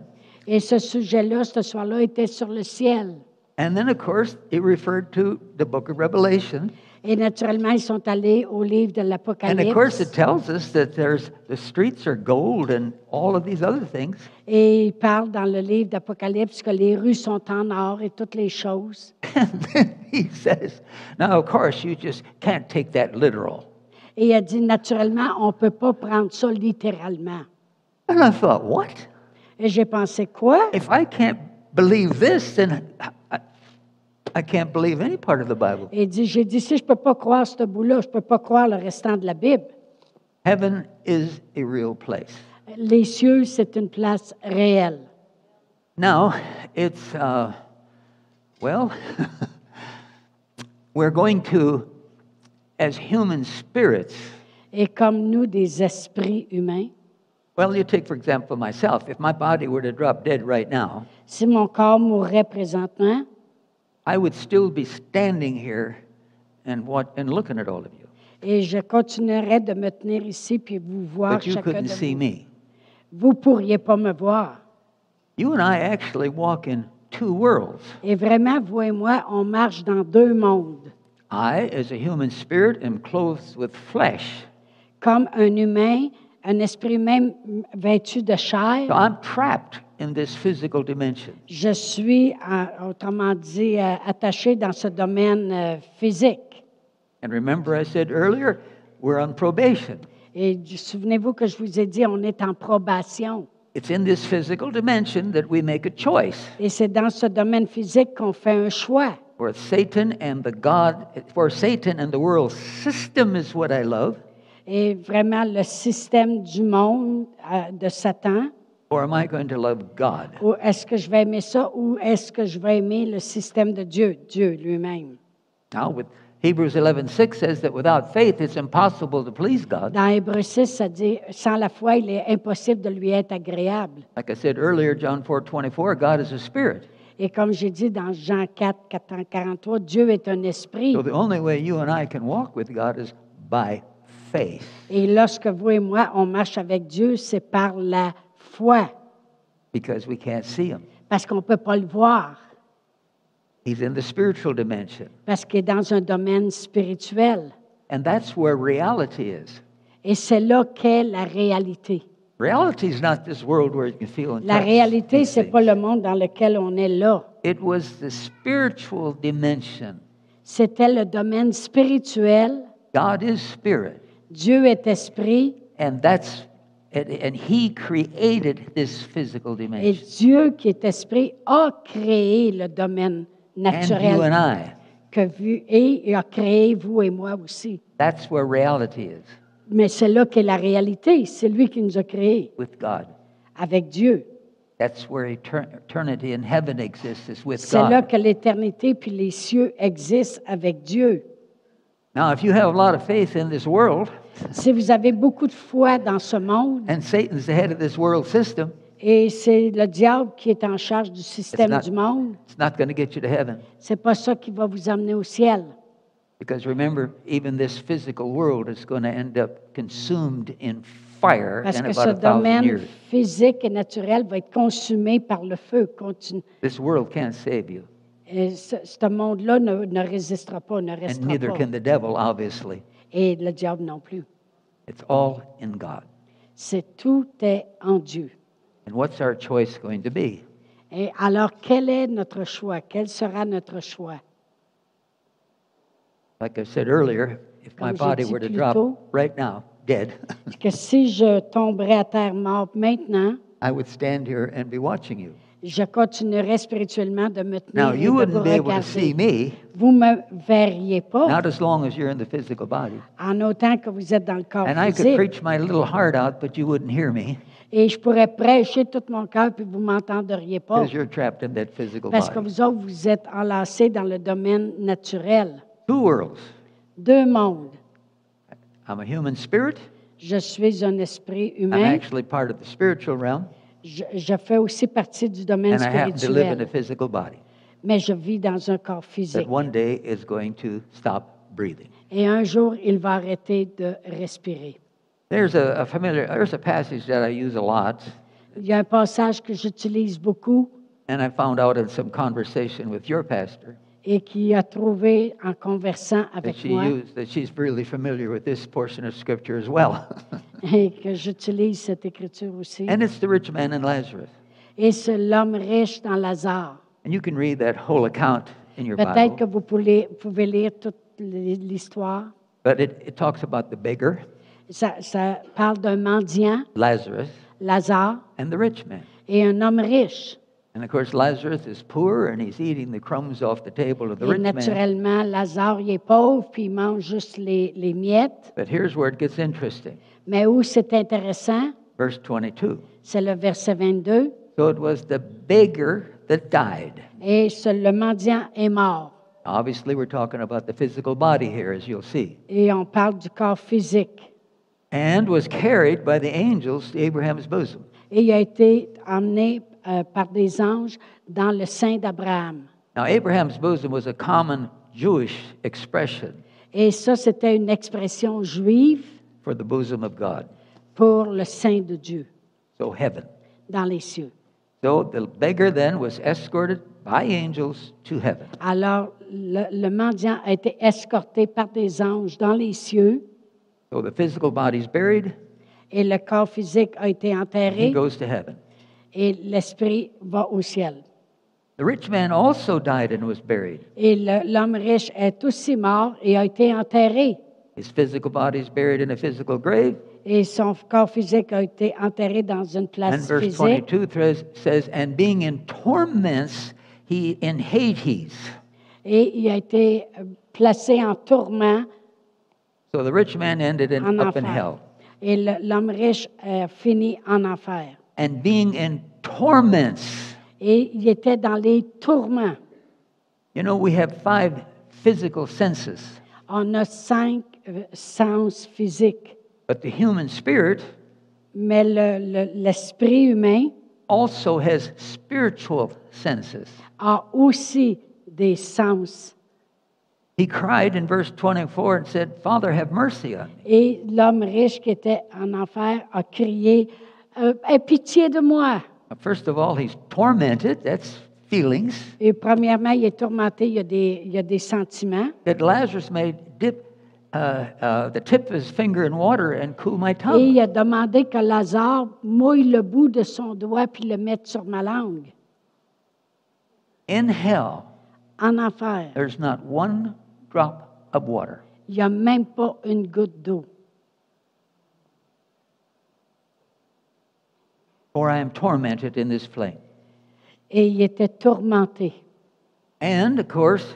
[SPEAKER 2] Et ce sujet-là, ce soir-là, était sur le ciel.
[SPEAKER 1] And then, of course, it referred to the book of Revelation.
[SPEAKER 2] Et naturellement, ils sont allés au livre de
[SPEAKER 1] And of course,
[SPEAKER 2] l'Apocalypse.
[SPEAKER 1] it tells us that there's the streets are gold and all of these other things.
[SPEAKER 2] Et il parle dans le livre d'Apocalypse que les rues sont en or et toutes les choses.
[SPEAKER 1] And then he says, now, of course, you just can't take that literal.
[SPEAKER 2] Et elle dit, naturellement, on ne peut pas prendre ça littéralement.
[SPEAKER 1] And I thought, what?
[SPEAKER 2] Et j'ai pensé, quoi?
[SPEAKER 1] If I can't believe this, then I, I can't believe any part of the Bible.
[SPEAKER 2] Et dit, j'ai dit, si je ne peux pas croire ce bout-là, je ne peux pas croire le restant de la Bible.
[SPEAKER 1] Heaven is a real place.
[SPEAKER 2] Les cieux, c'est une place réelle.
[SPEAKER 1] Now, it's, uh, well, we're going to, as human spirits,
[SPEAKER 2] Et comme nous, des esprits humains,
[SPEAKER 1] well, you take, for example, myself. If my body were to drop dead right now,
[SPEAKER 2] si mon corps mourait présentement,
[SPEAKER 1] I would still be standing here and, what, and looking at all of you.
[SPEAKER 2] et je continuerais de me tenir ici puis vous voir
[SPEAKER 1] But you
[SPEAKER 2] chacun
[SPEAKER 1] couldn't
[SPEAKER 2] de
[SPEAKER 1] see
[SPEAKER 2] vous,
[SPEAKER 1] me.
[SPEAKER 2] vous pourriez pas me voir.
[SPEAKER 1] You and I actually walk in two worlds.
[SPEAKER 2] Et vraiment, vous et moi, on marche dans deux mondes.
[SPEAKER 1] I, as a human spirit, am clothed with flesh.
[SPEAKER 2] Comme un humain, un esprit humain vêtu de chair,
[SPEAKER 1] So I'm trapped in this physical dimension.
[SPEAKER 2] je suis, euh, autrement dit, euh, attaché dans ce domaine euh, physique.
[SPEAKER 1] And remember, I said earlier, we're on probation.
[SPEAKER 2] Et du- souvenez-vous que je vous ai dit, on est en probation.
[SPEAKER 1] It's in this physical dimension that we make a choice
[SPEAKER 2] Et c'est dans ce domaine physique qu'on fait un choix.
[SPEAKER 1] for Satan and the God, for Satan and the world system is what I love,
[SPEAKER 2] Et vraiment, le système du monde, euh, de Satan,
[SPEAKER 1] or am I going to love God?
[SPEAKER 2] ou est-ce que je vais aimer ça, ou est-ce que je vais aimer le système de Dieu, Dieu lui-même?
[SPEAKER 1] Now, with Hebrews 11:6 says that without faith it's impossible to please God.
[SPEAKER 2] Dans Hébreux 6, ça dit, sans la foi, il est impossible de lui être agréable.
[SPEAKER 1] Like I said earlier, John 4:24, God is a spirit.
[SPEAKER 2] Et comme j'ai dit dans Jean 4, 43, Dieu est un esprit.
[SPEAKER 1] So the only way you and I can walk with God is by faith.
[SPEAKER 2] Et lorsque vous et moi, on marche avec Dieu, c'est par la foi,
[SPEAKER 1] because we can't see him.
[SPEAKER 2] parce qu'on ne peut pas le voir,
[SPEAKER 1] He's in the spiritual dimension.
[SPEAKER 2] parce qu'il est dans un domaine spirituel.
[SPEAKER 1] And that's where reality is.
[SPEAKER 2] Et c'est là qu'est la réalité.
[SPEAKER 1] Reality is not this world where you can feel and
[SPEAKER 2] La
[SPEAKER 1] touch
[SPEAKER 2] réalité,
[SPEAKER 1] these
[SPEAKER 2] c'est
[SPEAKER 1] things.
[SPEAKER 2] pas le monde dans lequel on est là.
[SPEAKER 1] It was the spiritual dimension.
[SPEAKER 2] C'était le domaine spirituel.
[SPEAKER 1] God is spirit,
[SPEAKER 2] Dieu est esprit
[SPEAKER 1] and that's and, and He created this physical
[SPEAKER 2] et
[SPEAKER 1] dimension.
[SPEAKER 2] Dieu qui est esprit a créé le domaine
[SPEAKER 1] And you and
[SPEAKER 2] naturel
[SPEAKER 1] I.
[SPEAKER 2] que vu et a créé vous et moi aussi.
[SPEAKER 1] That's where reality is
[SPEAKER 2] Mais c'est là qu'est la réalité. C'est lui qui nous a créés
[SPEAKER 1] with God.
[SPEAKER 2] avec Dieu.
[SPEAKER 1] That's where etern- eternity in heaven exists is with
[SPEAKER 2] C'est là
[SPEAKER 1] God.
[SPEAKER 2] que l'éternité puis les cieux existent avec Dieu.
[SPEAKER 1] Now, if you have a lot of faith in this world,
[SPEAKER 2] Si vous avez beaucoup de foi dans ce monde
[SPEAKER 1] and Satan's the head of this world system,
[SPEAKER 2] et c'est le diable qui est en charge du
[SPEAKER 1] It's
[SPEAKER 2] système
[SPEAKER 1] not-
[SPEAKER 2] du monde,
[SPEAKER 1] It's not going to get you to heaven
[SPEAKER 2] C'est pas ça qui va vous amener au ciel.
[SPEAKER 1] because remember, even this physical world is going to end up consumed in fire
[SPEAKER 2] Parce
[SPEAKER 1] in
[SPEAKER 2] que
[SPEAKER 1] about
[SPEAKER 2] ce
[SPEAKER 1] a thousand
[SPEAKER 2] domaine
[SPEAKER 1] years.
[SPEAKER 2] physique et naturel va être consumé par le feu. Continu-
[SPEAKER 1] This world can't save you,
[SPEAKER 2] Et ce, ce monde-là ne, ne résistera pas, ne
[SPEAKER 1] and
[SPEAKER 2] restera
[SPEAKER 1] neither
[SPEAKER 2] pas.
[SPEAKER 1] can the devil, obviously.
[SPEAKER 2] Et le diable non plus.
[SPEAKER 1] It's all in God.
[SPEAKER 2] C'est tout est en Dieu.
[SPEAKER 1] And what's our choice going to be?
[SPEAKER 2] Et alors, quel est notre choix? Quel sera notre choix?
[SPEAKER 1] Like I said earlier, if my
[SPEAKER 2] Comme j'ai
[SPEAKER 1] body
[SPEAKER 2] dit
[SPEAKER 1] were to
[SPEAKER 2] plus
[SPEAKER 1] drop
[SPEAKER 2] tôt.
[SPEAKER 1] right now, dead,
[SPEAKER 2] Parce que si je tomberais à terre mort maintenant,
[SPEAKER 1] I would stand here and be watching you.
[SPEAKER 2] je continuerais spirituellement de me tenir
[SPEAKER 1] Now,
[SPEAKER 2] et
[SPEAKER 1] you
[SPEAKER 2] de vous
[SPEAKER 1] wouldn't be able to see
[SPEAKER 2] regarder.
[SPEAKER 1] me,
[SPEAKER 2] Vous me verriez pas,
[SPEAKER 1] not as long as you're in the physical body.
[SPEAKER 2] en autant que vous êtes dans le corps
[SPEAKER 1] And I could
[SPEAKER 2] physique.
[SPEAKER 1] preach my little heart out, but you wouldn't hear me
[SPEAKER 2] Et je pourrais prêcher tout mon cœur, puis vous m'entendriez pas.
[SPEAKER 1] because you're trapped in that physical
[SPEAKER 2] Parce que
[SPEAKER 1] body.
[SPEAKER 2] vous autres, vous êtes enlacés dans le domaine naturel.
[SPEAKER 1] Two worlds.
[SPEAKER 2] Deux mondes.
[SPEAKER 1] I'm a human spirit.
[SPEAKER 2] Je suis un esprit
[SPEAKER 1] I'm
[SPEAKER 2] humain.
[SPEAKER 1] actually part of the spiritual realm,
[SPEAKER 2] Je, je fais aussi partie du domaine
[SPEAKER 1] and I happen to live in a
[SPEAKER 2] spirituel.
[SPEAKER 1] physical body
[SPEAKER 2] Mais je vis dans un corps
[SPEAKER 1] that
[SPEAKER 2] physique.
[SPEAKER 1] one day is going to stop breathing.
[SPEAKER 2] Et un jour, il va arrêter de respirer.
[SPEAKER 1] There's a, a familiar. There's a passage that I use a lot,
[SPEAKER 2] Il y a un passage que j'utilise beaucoup
[SPEAKER 1] and I found out in some conversation with your pastor
[SPEAKER 2] et qui a trouvé en conversant
[SPEAKER 1] that
[SPEAKER 2] avec
[SPEAKER 1] she
[SPEAKER 2] moi
[SPEAKER 1] used that she's really familiar with this portion of scripture as well,
[SPEAKER 2] et que j'utilise cette écriture aussi.
[SPEAKER 1] and it's the rich man and Lazarus.
[SPEAKER 2] Et c'est l'homme riche dans Lazare.
[SPEAKER 1] And you can read that whole account in your
[SPEAKER 2] Peut-être que
[SPEAKER 1] Bible.
[SPEAKER 2] vous pouvez, pouvez lire toute l'hi- l'histoire,
[SPEAKER 1] But it, it talks about the beggar,
[SPEAKER 2] Ça, ça parle d'un mendiant,
[SPEAKER 1] Lazarus,
[SPEAKER 2] Lazare,
[SPEAKER 1] and the rich man.
[SPEAKER 2] et un homme riche.
[SPEAKER 1] And of course, Lazarus is poor and he's eating the crumbs off the table of the
[SPEAKER 2] Et
[SPEAKER 1] rich man.
[SPEAKER 2] naturellement, Lazare, il est pauvre, puis il mange juste les, les miettes.
[SPEAKER 1] But here's where it gets interesting
[SPEAKER 2] Mais où c'est intéressant,
[SPEAKER 1] verse 22.
[SPEAKER 2] c'est le verset 22.
[SPEAKER 1] So it was the beggar that died.
[SPEAKER 2] Et ce- le mendiant est mort.
[SPEAKER 1] Obviously, we're talking about the physical body here, as you'll see.
[SPEAKER 2] Et on parle du corps physique.
[SPEAKER 1] And was carried by the angels to Abraham's bosom.
[SPEAKER 2] Et il a été emmené euh, par des anges dans le sein d'Abraham.
[SPEAKER 1] Now, Abraham's bosom was a common Jewish expression
[SPEAKER 2] Et ça, c'était une expression juive
[SPEAKER 1] for the bosom of God,
[SPEAKER 2] pour le sein de Dieu
[SPEAKER 1] so heaven.
[SPEAKER 2] dans les cieux.
[SPEAKER 1] So the beggar then was escorted by angels to heaven.
[SPEAKER 2] Alors, le, le mendiant a été escorté par des anges dans les cieux
[SPEAKER 1] So the physical body's buried,
[SPEAKER 2] et le corps physique a été
[SPEAKER 1] he
[SPEAKER 2] enterré
[SPEAKER 1] goes to heaven.
[SPEAKER 2] et l'esprit va au ciel.
[SPEAKER 1] The rich man also died and was buried.
[SPEAKER 2] Et le- l'homme riche est aussi mort et a été enterré.
[SPEAKER 1] His physical body's buried in a physical grave.
[SPEAKER 2] Et son corps physique a été enterré dans une
[SPEAKER 1] And
[SPEAKER 2] place
[SPEAKER 1] verse
[SPEAKER 2] physique.
[SPEAKER 1] 22 thres- says, And being in torments, he in Hades.
[SPEAKER 2] Et il a été euh, placé en tourment
[SPEAKER 1] So the rich man ended in,
[SPEAKER 2] en
[SPEAKER 1] up in
[SPEAKER 2] enfer.
[SPEAKER 1] hell.
[SPEAKER 2] Et le- l'homme riche euh, finit en enfer.
[SPEAKER 1] And being in torments.
[SPEAKER 2] Et il était dans les tourments.
[SPEAKER 1] You know, we have five physical senses,
[SPEAKER 2] On a cinq euh, sens physiques,
[SPEAKER 1] but the human spirit
[SPEAKER 2] mais le- le- l'esprit humain
[SPEAKER 1] also has spiritual senses.
[SPEAKER 2] a aussi des sens.
[SPEAKER 1] He cried in verse 24 and said, Father, have mercy on me.
[SPEAKER 2] Et l'homme riche qui était en enfer a crié Euh, Aie pitié de moi.
[SPEAKER 1] Now, First of all, he's tormented. That's feelings.
[SPEAKER 2] Et premièrement, il est tourmenté, il y a des, il y a des sentiments.
[SPEAKER 1] That Lazarus may dip uh, uh, the tip of his finger in water and cool my
[SPEAKER 2] Et
[SPEAKER 1] tongue.
[SPEAKER 2] il a demandé que Lazare mouille le bout de son doigt puis le mette sur ma langue.
[SPEAKER 1] In hell,
[SPEAKER 2] En enfer,
[SPEAKER 1] there's not one drop of water.
[SPEAKER 2] il n'y a même pas une goutte d'eau.
[SPEAKER 1] For I am tormented in this flame.
[SPEAKER 2] Et il était tourmenté.
[SPEAKER 1] And of course,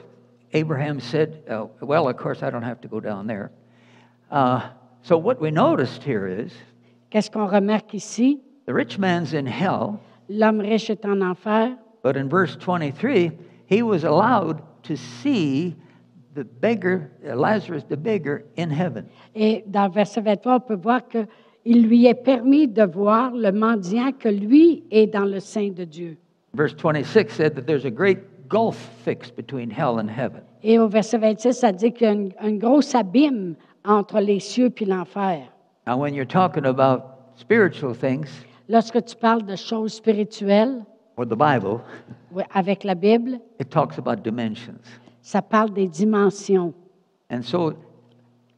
[SPEAKER 1] Abraham said, uh, Well, of course, I don't have to go down there. Uh, so, what we noticed here is
[SPEAKER 2] Qu'est-ce qu'on remarque ici?
[SPEAKER 1] the rich man's in hell,
[SPEAKER 2] L'homme riche est en enfer,
[SPEAKER 1] but in verse 23, he was allowed to see the beggar, uh, Lazarus the beggar, in heaven.
[SPEAKER 2] et dans le verset 23, on peut voir qu'il lui est permis de voir le mendiant que lui est dans le sein de Dieu.
[SPEAKER 1] Verse 26 said that there's a great gulf fixed between hell and heaven.
[SPEAKER 2] Et au verset 26, ça dit qu'il y a une- un gros abîme entre les cieux puis l'enfer.
[SPEAKER 1] Now, when you're talking about spiritual things
[SPEAKER 2] Lorsque tu parles de choses spirituelles,
[SPEAKER 1] or the Bible,
[SPEAKER 2] oui, avec la Bible,
[SPEAKER 1] it talks about dimensions.
[SPEAKER 2] ça parle des dimensions.
[SPEAKER 1] And so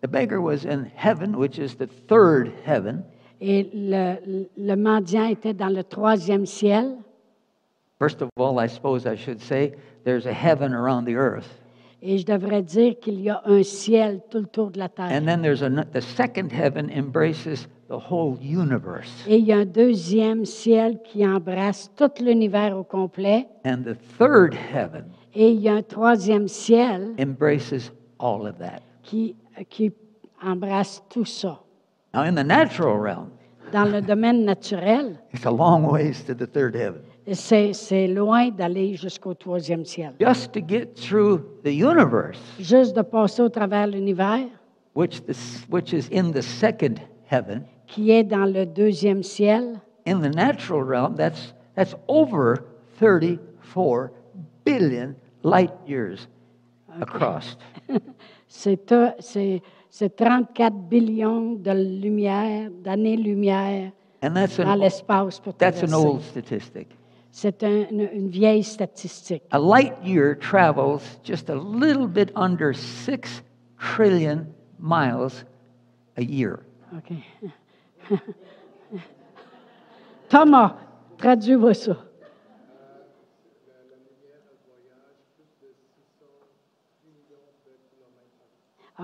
[SPEAKER 1] the beggar was in heaven, which is the third heaven.
[SPEAKER 2] Et le, le mendiant était dans le troisième ciel.
[SPEAKER 1] First of all, I suppose I should say there's a heaven around the earth.
[SPEAKER 2] Et je devrais dire qu'il y a un ciel tout le tour de la terre.
[SPEAKER 1] And then there's an, the second heaven embraces the whole universe.
[SPEAKER 2] Et il y a un deuxième ciel qui embrasse tout l'univers au complet.
[SPEAKER 1] And the third heaven
[SPEAKER 2] Et il y a un troisième ciel
[SPEAKER 1] embraces all of that.
[SPEAKER 2] qui, qui embrasse tout ça.
[SPEAKER 1] Now, in the natural realm,
[SPEAKER 2] Dans le domaine naturel,
[SPEAKER 1] it's a long ways to the third heaven.
[SPEAKER 2] c'est c'est loin d'aller jusqu'au troisième ciel.
[SPEAKER 1] Just to get through the universe,
[SPEAKER 2] Juste de passer au travers l'univers,
[SPEAKER 1] which, this, which is in the second heaven,
[SPEAKER 2] qui est dans le deuxième ciel,
[SPEAKER 1] in the natural realm, that's, that's over 34 billion light years across.
[SPEAKER 2] c'est un- c'est- c'est 34 billions de lumières, d'années-lumière
[SPEAKER 1] And that's
[SPEAKER 2] dans
[SPEAKER 1] an,
[SPEAKER 2] l'espace pour
[SPEAKER 1] that's an
[SPEAKER 2] traverser.
[SPEAKER 1] old statistic.
[SPEAKER 2] C'est un- une- une vieille statistique.
[SPEAKER 1] A light year travels just a little bit under 6 trillion miles a year.
[SPEAKER 2] OK. Thomas, traduis-moi ça.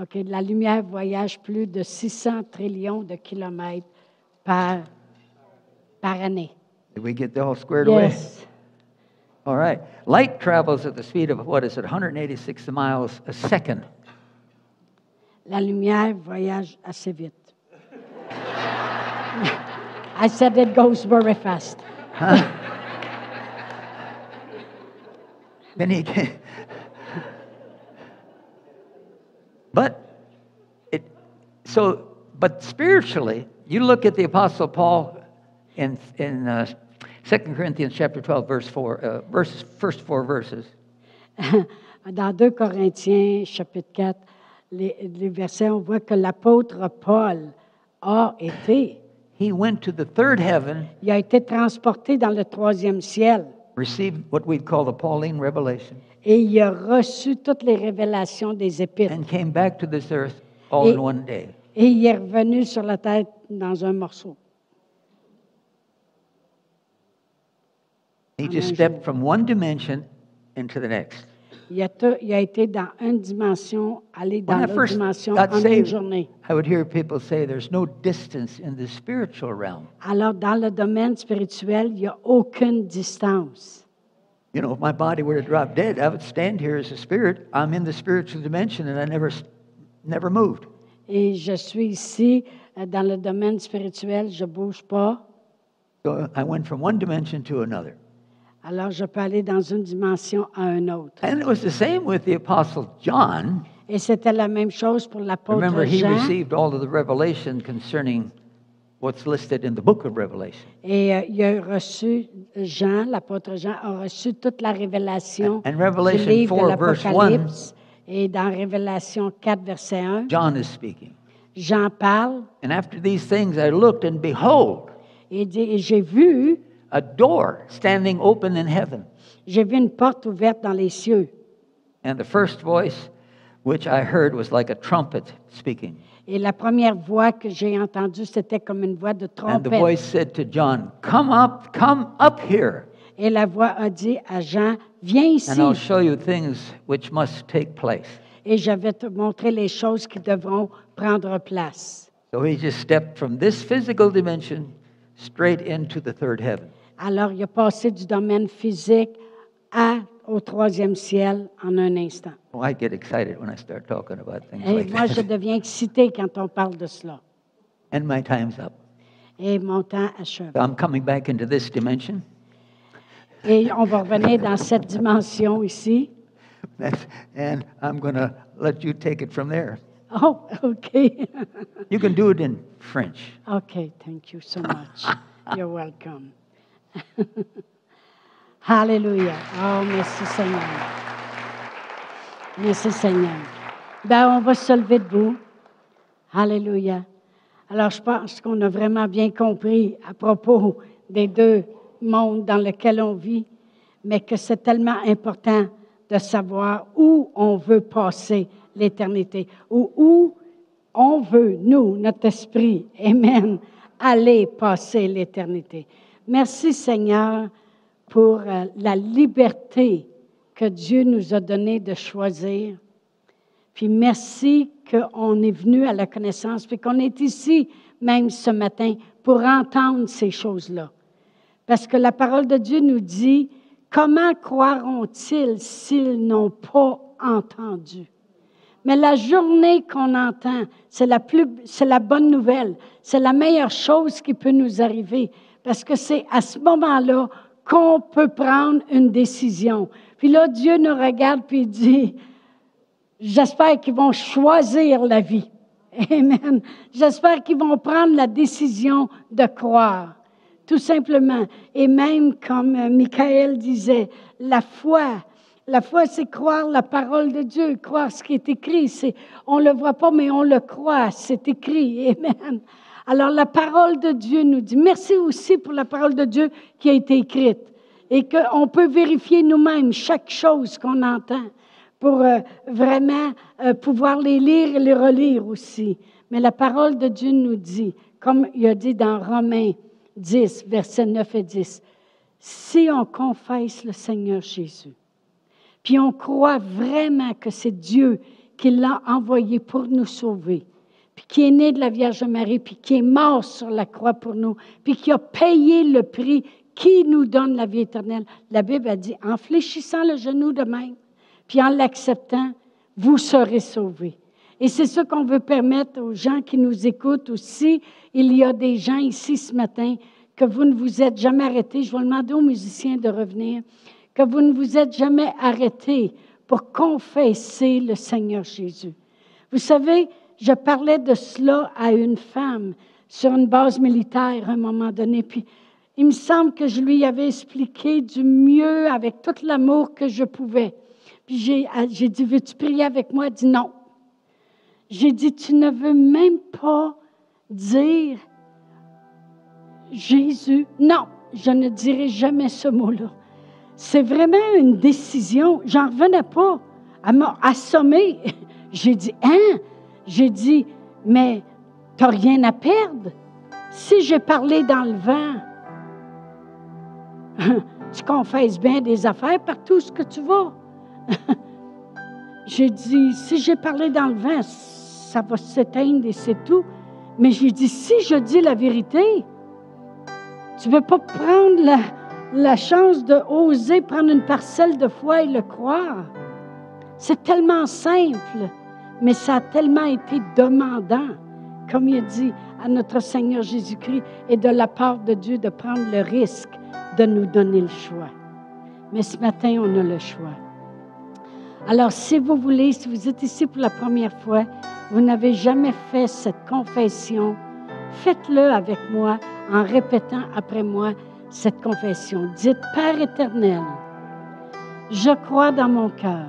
[SPEAKER 2] OK, la lumière voyage plus de 600 trillions de kilomètres par, par année.
[SPEAKER 1] Did we get the all squared away?
[SPEAKER 2] Yes.
[SPEAKER 1] All right. Light travels at the speed of, what is it, 186 miles a second.
[SPEAKER 2] La lumière voyage assez vite. I said it goes very fast.
[SPEAKER 1] Then he can. but it so but spiritually, you look at the Apostle Paul in in uh, 2 Corinthians chapter 12, verse 4, uh, verses, first four verses.
[SPEAKER 2] Dans 2 Corinthiens, chapitre 4, les, les versets, on voit que l'apôtre Paul a été,
[SPEAKER 1] He went to the third heaven,
[SPEAKER 2] il a été transporté dans le troisième ciel
[SPEAKER 1] received what we'd call the Pauline revelation,
[SPEAKER 2] et il a reçu toutes les révélations des épîtres.
[SPEAKER 1] and came back to this earth all
[SPEAKER 2] Et-
[SPEAKER 1] in one day.
[SPEAKER 2] Et il est revenu sur la tête dans un morceau.
[SPEAKER 1] He just stepped from one dimension into the next.
[SPEAKER 2] Il a, tout- il a été dans une dimension, aller dans
[SPEAKER 1] When I
[SPEAKER 2] l'autre
[SPEAKER 1] first
[SPEAKER 2] dimension
[SPEAKER 1] got
[SPEAKER 2] en une
[SPEAKER 1] saved,
[SPEAKER 2] journée.
[SPEAKER 1] I would hear people say there's no distance in the spiritual realm.
[SPEAKER 2] Alors, dans le domaine spirituel, il n'y a aucune distance.
[SPEAKER 1] You know, if my body were to drop dead, I would stand here as a spirit. I'm in the spiritual dimension and I never, s- never moved.
[SPEAKER 2] Et je suis ici, euh, dans le domaine spirituel, je ne bouge pas.
[SPEAKER 1] So I went from one dimension to another.
[SPEAKER 2] Alors, je peux aller dans une dimension à une autre.
[SPEAKER 1] And it was the same with the Apostle John.
[SPEAKER 2] Et c'était la même chose pour l'apôtre
[SPEAKER 1] Remember, he
[SPEAKER 2] Jean.
[SPEAKER 1] received all of the revelation concerning what's listed in the book of Revelation.
[SPEAKER 2] Et euh, il a reçu, Jean, l'apôtre Jean, a reçu toute la révélation
[SPEAKER 1] And- and Revelation
[SPEAKER 2] du livre
[SPEAKER 1] 4,
[SPEAKER 2] de
[SPEAKER 1] verse
[SPEAKER 2] l'Apocalypse. Et dans Révélation 4, verset 1,
[SPEAKER 1] John is speaking.
[SPEAKER 2] Jean parle
[SPEAKER 1] And after these things, I looked and behold,
[SPEAKER 2] et dit, Et j'ai vu,
[SPEAKER 1] a door standing open in heaven.
[SPEAKER 2] j'ai vu une porte ouverte dans les cieux.
[SPEAKER 1] And the first voice which I heard was like a trumpet speaking.
[SPEAKER 2] Et la première voix que j'ai entendue, c'était comme une voix de
[SPEAKER 1] And the
[SPEAKER 2] trompette.
[SPEAKER 1] voice said to John, Come up, come up here,
[SPEAKER 2] Et la voix a dit à Jean, viens ici
[SPEAKER 1] and I'll show you things which must take place.
[SPEAKER 2] et je vais te montrer les choses qui devront prendre place.
[SPEAKER 1] So he just stepped from this physical dimension straight into the third heaven.
[SPEAKER 2] Alors il a passé du domaine physique à, au troisième ciel en un instant.
[SPEAKER 1] Oh, I get excited when I start talking about things
[SPEAKER 2] Et
[SPEAKER 1] like
[SPEAKER 2] moi, je
[SPEAKER 1] that.
[SPEAKER 2] deviens excitée quand on parle de cela.
[SPEAKER 1] And my time's up.
[SPEAKER 2] Et mon temps achève.
[SPEAKER 1] So I'm coming back into this dimension.
[SPEAKER 2] Et on va revenir dans cette dimension ici.
[SPEAKER 1] That's, and I'm going to let you take it from there.
[SPEAKER 2] Oh, OK.
[SPEAKER 1] You can do it in French.
[SPEAKER 2] OK, thank you so much. You're welcome. Hallelujah. Oh, merci Seigneur. Merci Seigneur. Ben, on va se lever debout. Hallelujah. Alors, je pense qu'on a vraiment bien compris à propos des deux mondes dans lesquels on vit, mais que c'est tellement important de savoir où on veut passer l'éternité, ou où on veut, nous, notre esprit, Amen, aller passer l'éternité. Merci Seigneur pour euh, la liberté que Dieu nous a donnée de choisir. Puis merci qu'on est venu à la connaissance, puis qu'on est ici même ce matin pour entendre ces choses-là. Parce que la parole de Dieu nous dit, comment croiront-ils s'ils n'ont pas entendu? Mais la journée qu'on entend, c'est la, plus, c'est la bonne nouvelle, c'est la meilleure chose qui peut nous arriver, parce que c'est à ce moment-là qu'on peut prendre une décision. Puis là, Dieu nous regarde puis il dit, J'espère qu'ils vont choisir la vie. Amen. J'espère qu'ils vont prendre la décision de croire, tout simplement. Et même comme euh, Michael disait, la foi, la foi, c'est croire la parole de Dieu, croire ce qui est écrit. C'est, on le voit pas, mais on le croit. C'est écrit. Amen. Alors la parole de Dieu nous dit, merci aussi pour la parole de Dieu qui a été écrite et qu'on peut vérifier nous-mêmes chaque chose qu'on entend pour euh, vraiment euh, pouvoir les lire et les relire aussi. Mais la parole de Dieu nous dit, comme il a dit dans Romains 10, versets 9 et 10, si on confesse le Seigneur Jésus, puis on croit vraiment que c'est Dieu qui l'a envoyé pour nous sauver, puis qui est né de la Vierge Marie, puis qui est mort sur la croix pour nous, puis qui a payé le prix qui nous donne la vie éternelle. La Bible a dit, en fléchissant le genou de même, puis en l'acceptant, vous serez sauvés. Et c'est ce qu'on veut permettre aux gens qui nous écoutent aussi. Il y a des gens ici ce matin que vous ne vous êtes jamais arrêtés. Je vais demander aux musiciens de revenir. Que vous ne vous êtes jamais arrêtés pour confesser le Seigneur Jésus. Vous savez, je parlais de cela à une femme sur une base militaire à un moment donné. Puis il me semble que je lui avais expliqué du mieux avec tout l'amour que je pouvais. Puis j'ai, ah, j'ai dit, veux-tu prier avec moi? Elle dit non. J'ai dit, tu ne veux même pas dire Jésus. Non, je ne dirai jamais ce mot-là. C'est vraiment une décision. J'en revenais pas. Elle m'a assommée. J'ai dit, hein? J'ai dit, mais t'as rien à perdre. Si j'ai parlé dans le vent, tu confesses bien des affaires partout où ce que tu vas. j'ai dit, si j'ai parlé dans le vent, ça va s'éteindre et c'est tout. Mais j'ai dit, si je dis la vérité, tu ne veux pas prendre la, la, chance de oser prendre une parcelle de foi et le croire. C'est tellement simple, mais ça a tellement été demandant, comme il dit à notre Seigneur Jésus-Christ, et de la part de Dieu de prendre le risque de nous donner le choix. Mais ce matin, on a le choix. Alors, si vous voulez, si vous êtes ici pour la première fois, vous n'avez jamais fait cette confession, faites-le avec moi en répétant après moi cette confession. Dites, Père éternel, je crois dans mon cœur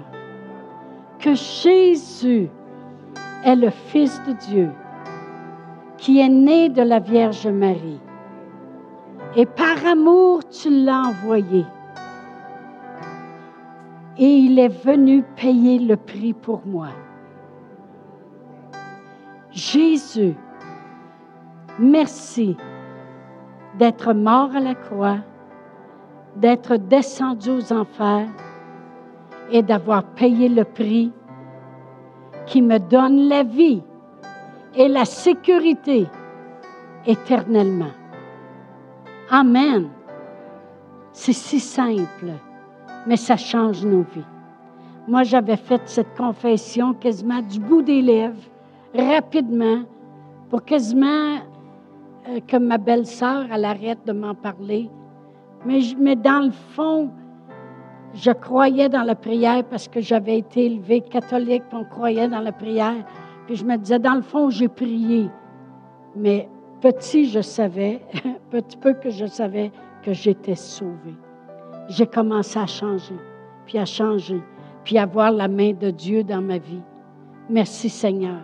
[SPEAKER 2] que Jésus est le Fils de Dieu qui est né de la Vierge Marie. Et par amour, tu l'as envoyé et il est venu payer le prix pour moi. Jésus, merci d'être mort à la croix, d'être descendu aux enfers et d'avoir payé le prix qui me donne la vie et la sécurité éternellement. Amen. C'est si simple mais ça change nos vies. Moi, j'avais fait cette confession quasiment du bout des lèvres, rapidement, pour quasiment euh, que ma belle-sœur, elle arrête de m'en parler. Mais, je, mais dans le fond, je croyais dans la prière parce que j'avais été élevée catholique, puis on croyait dans la prière. Puis je me disais, dans le fond, j'ai prié. Mais petit, je savais, petit peu que je savais que j'étais sauvée j'ai commencé à changer, puis à changer, puis à voir la main de Dieu dans ma vie. Merci Seigneur.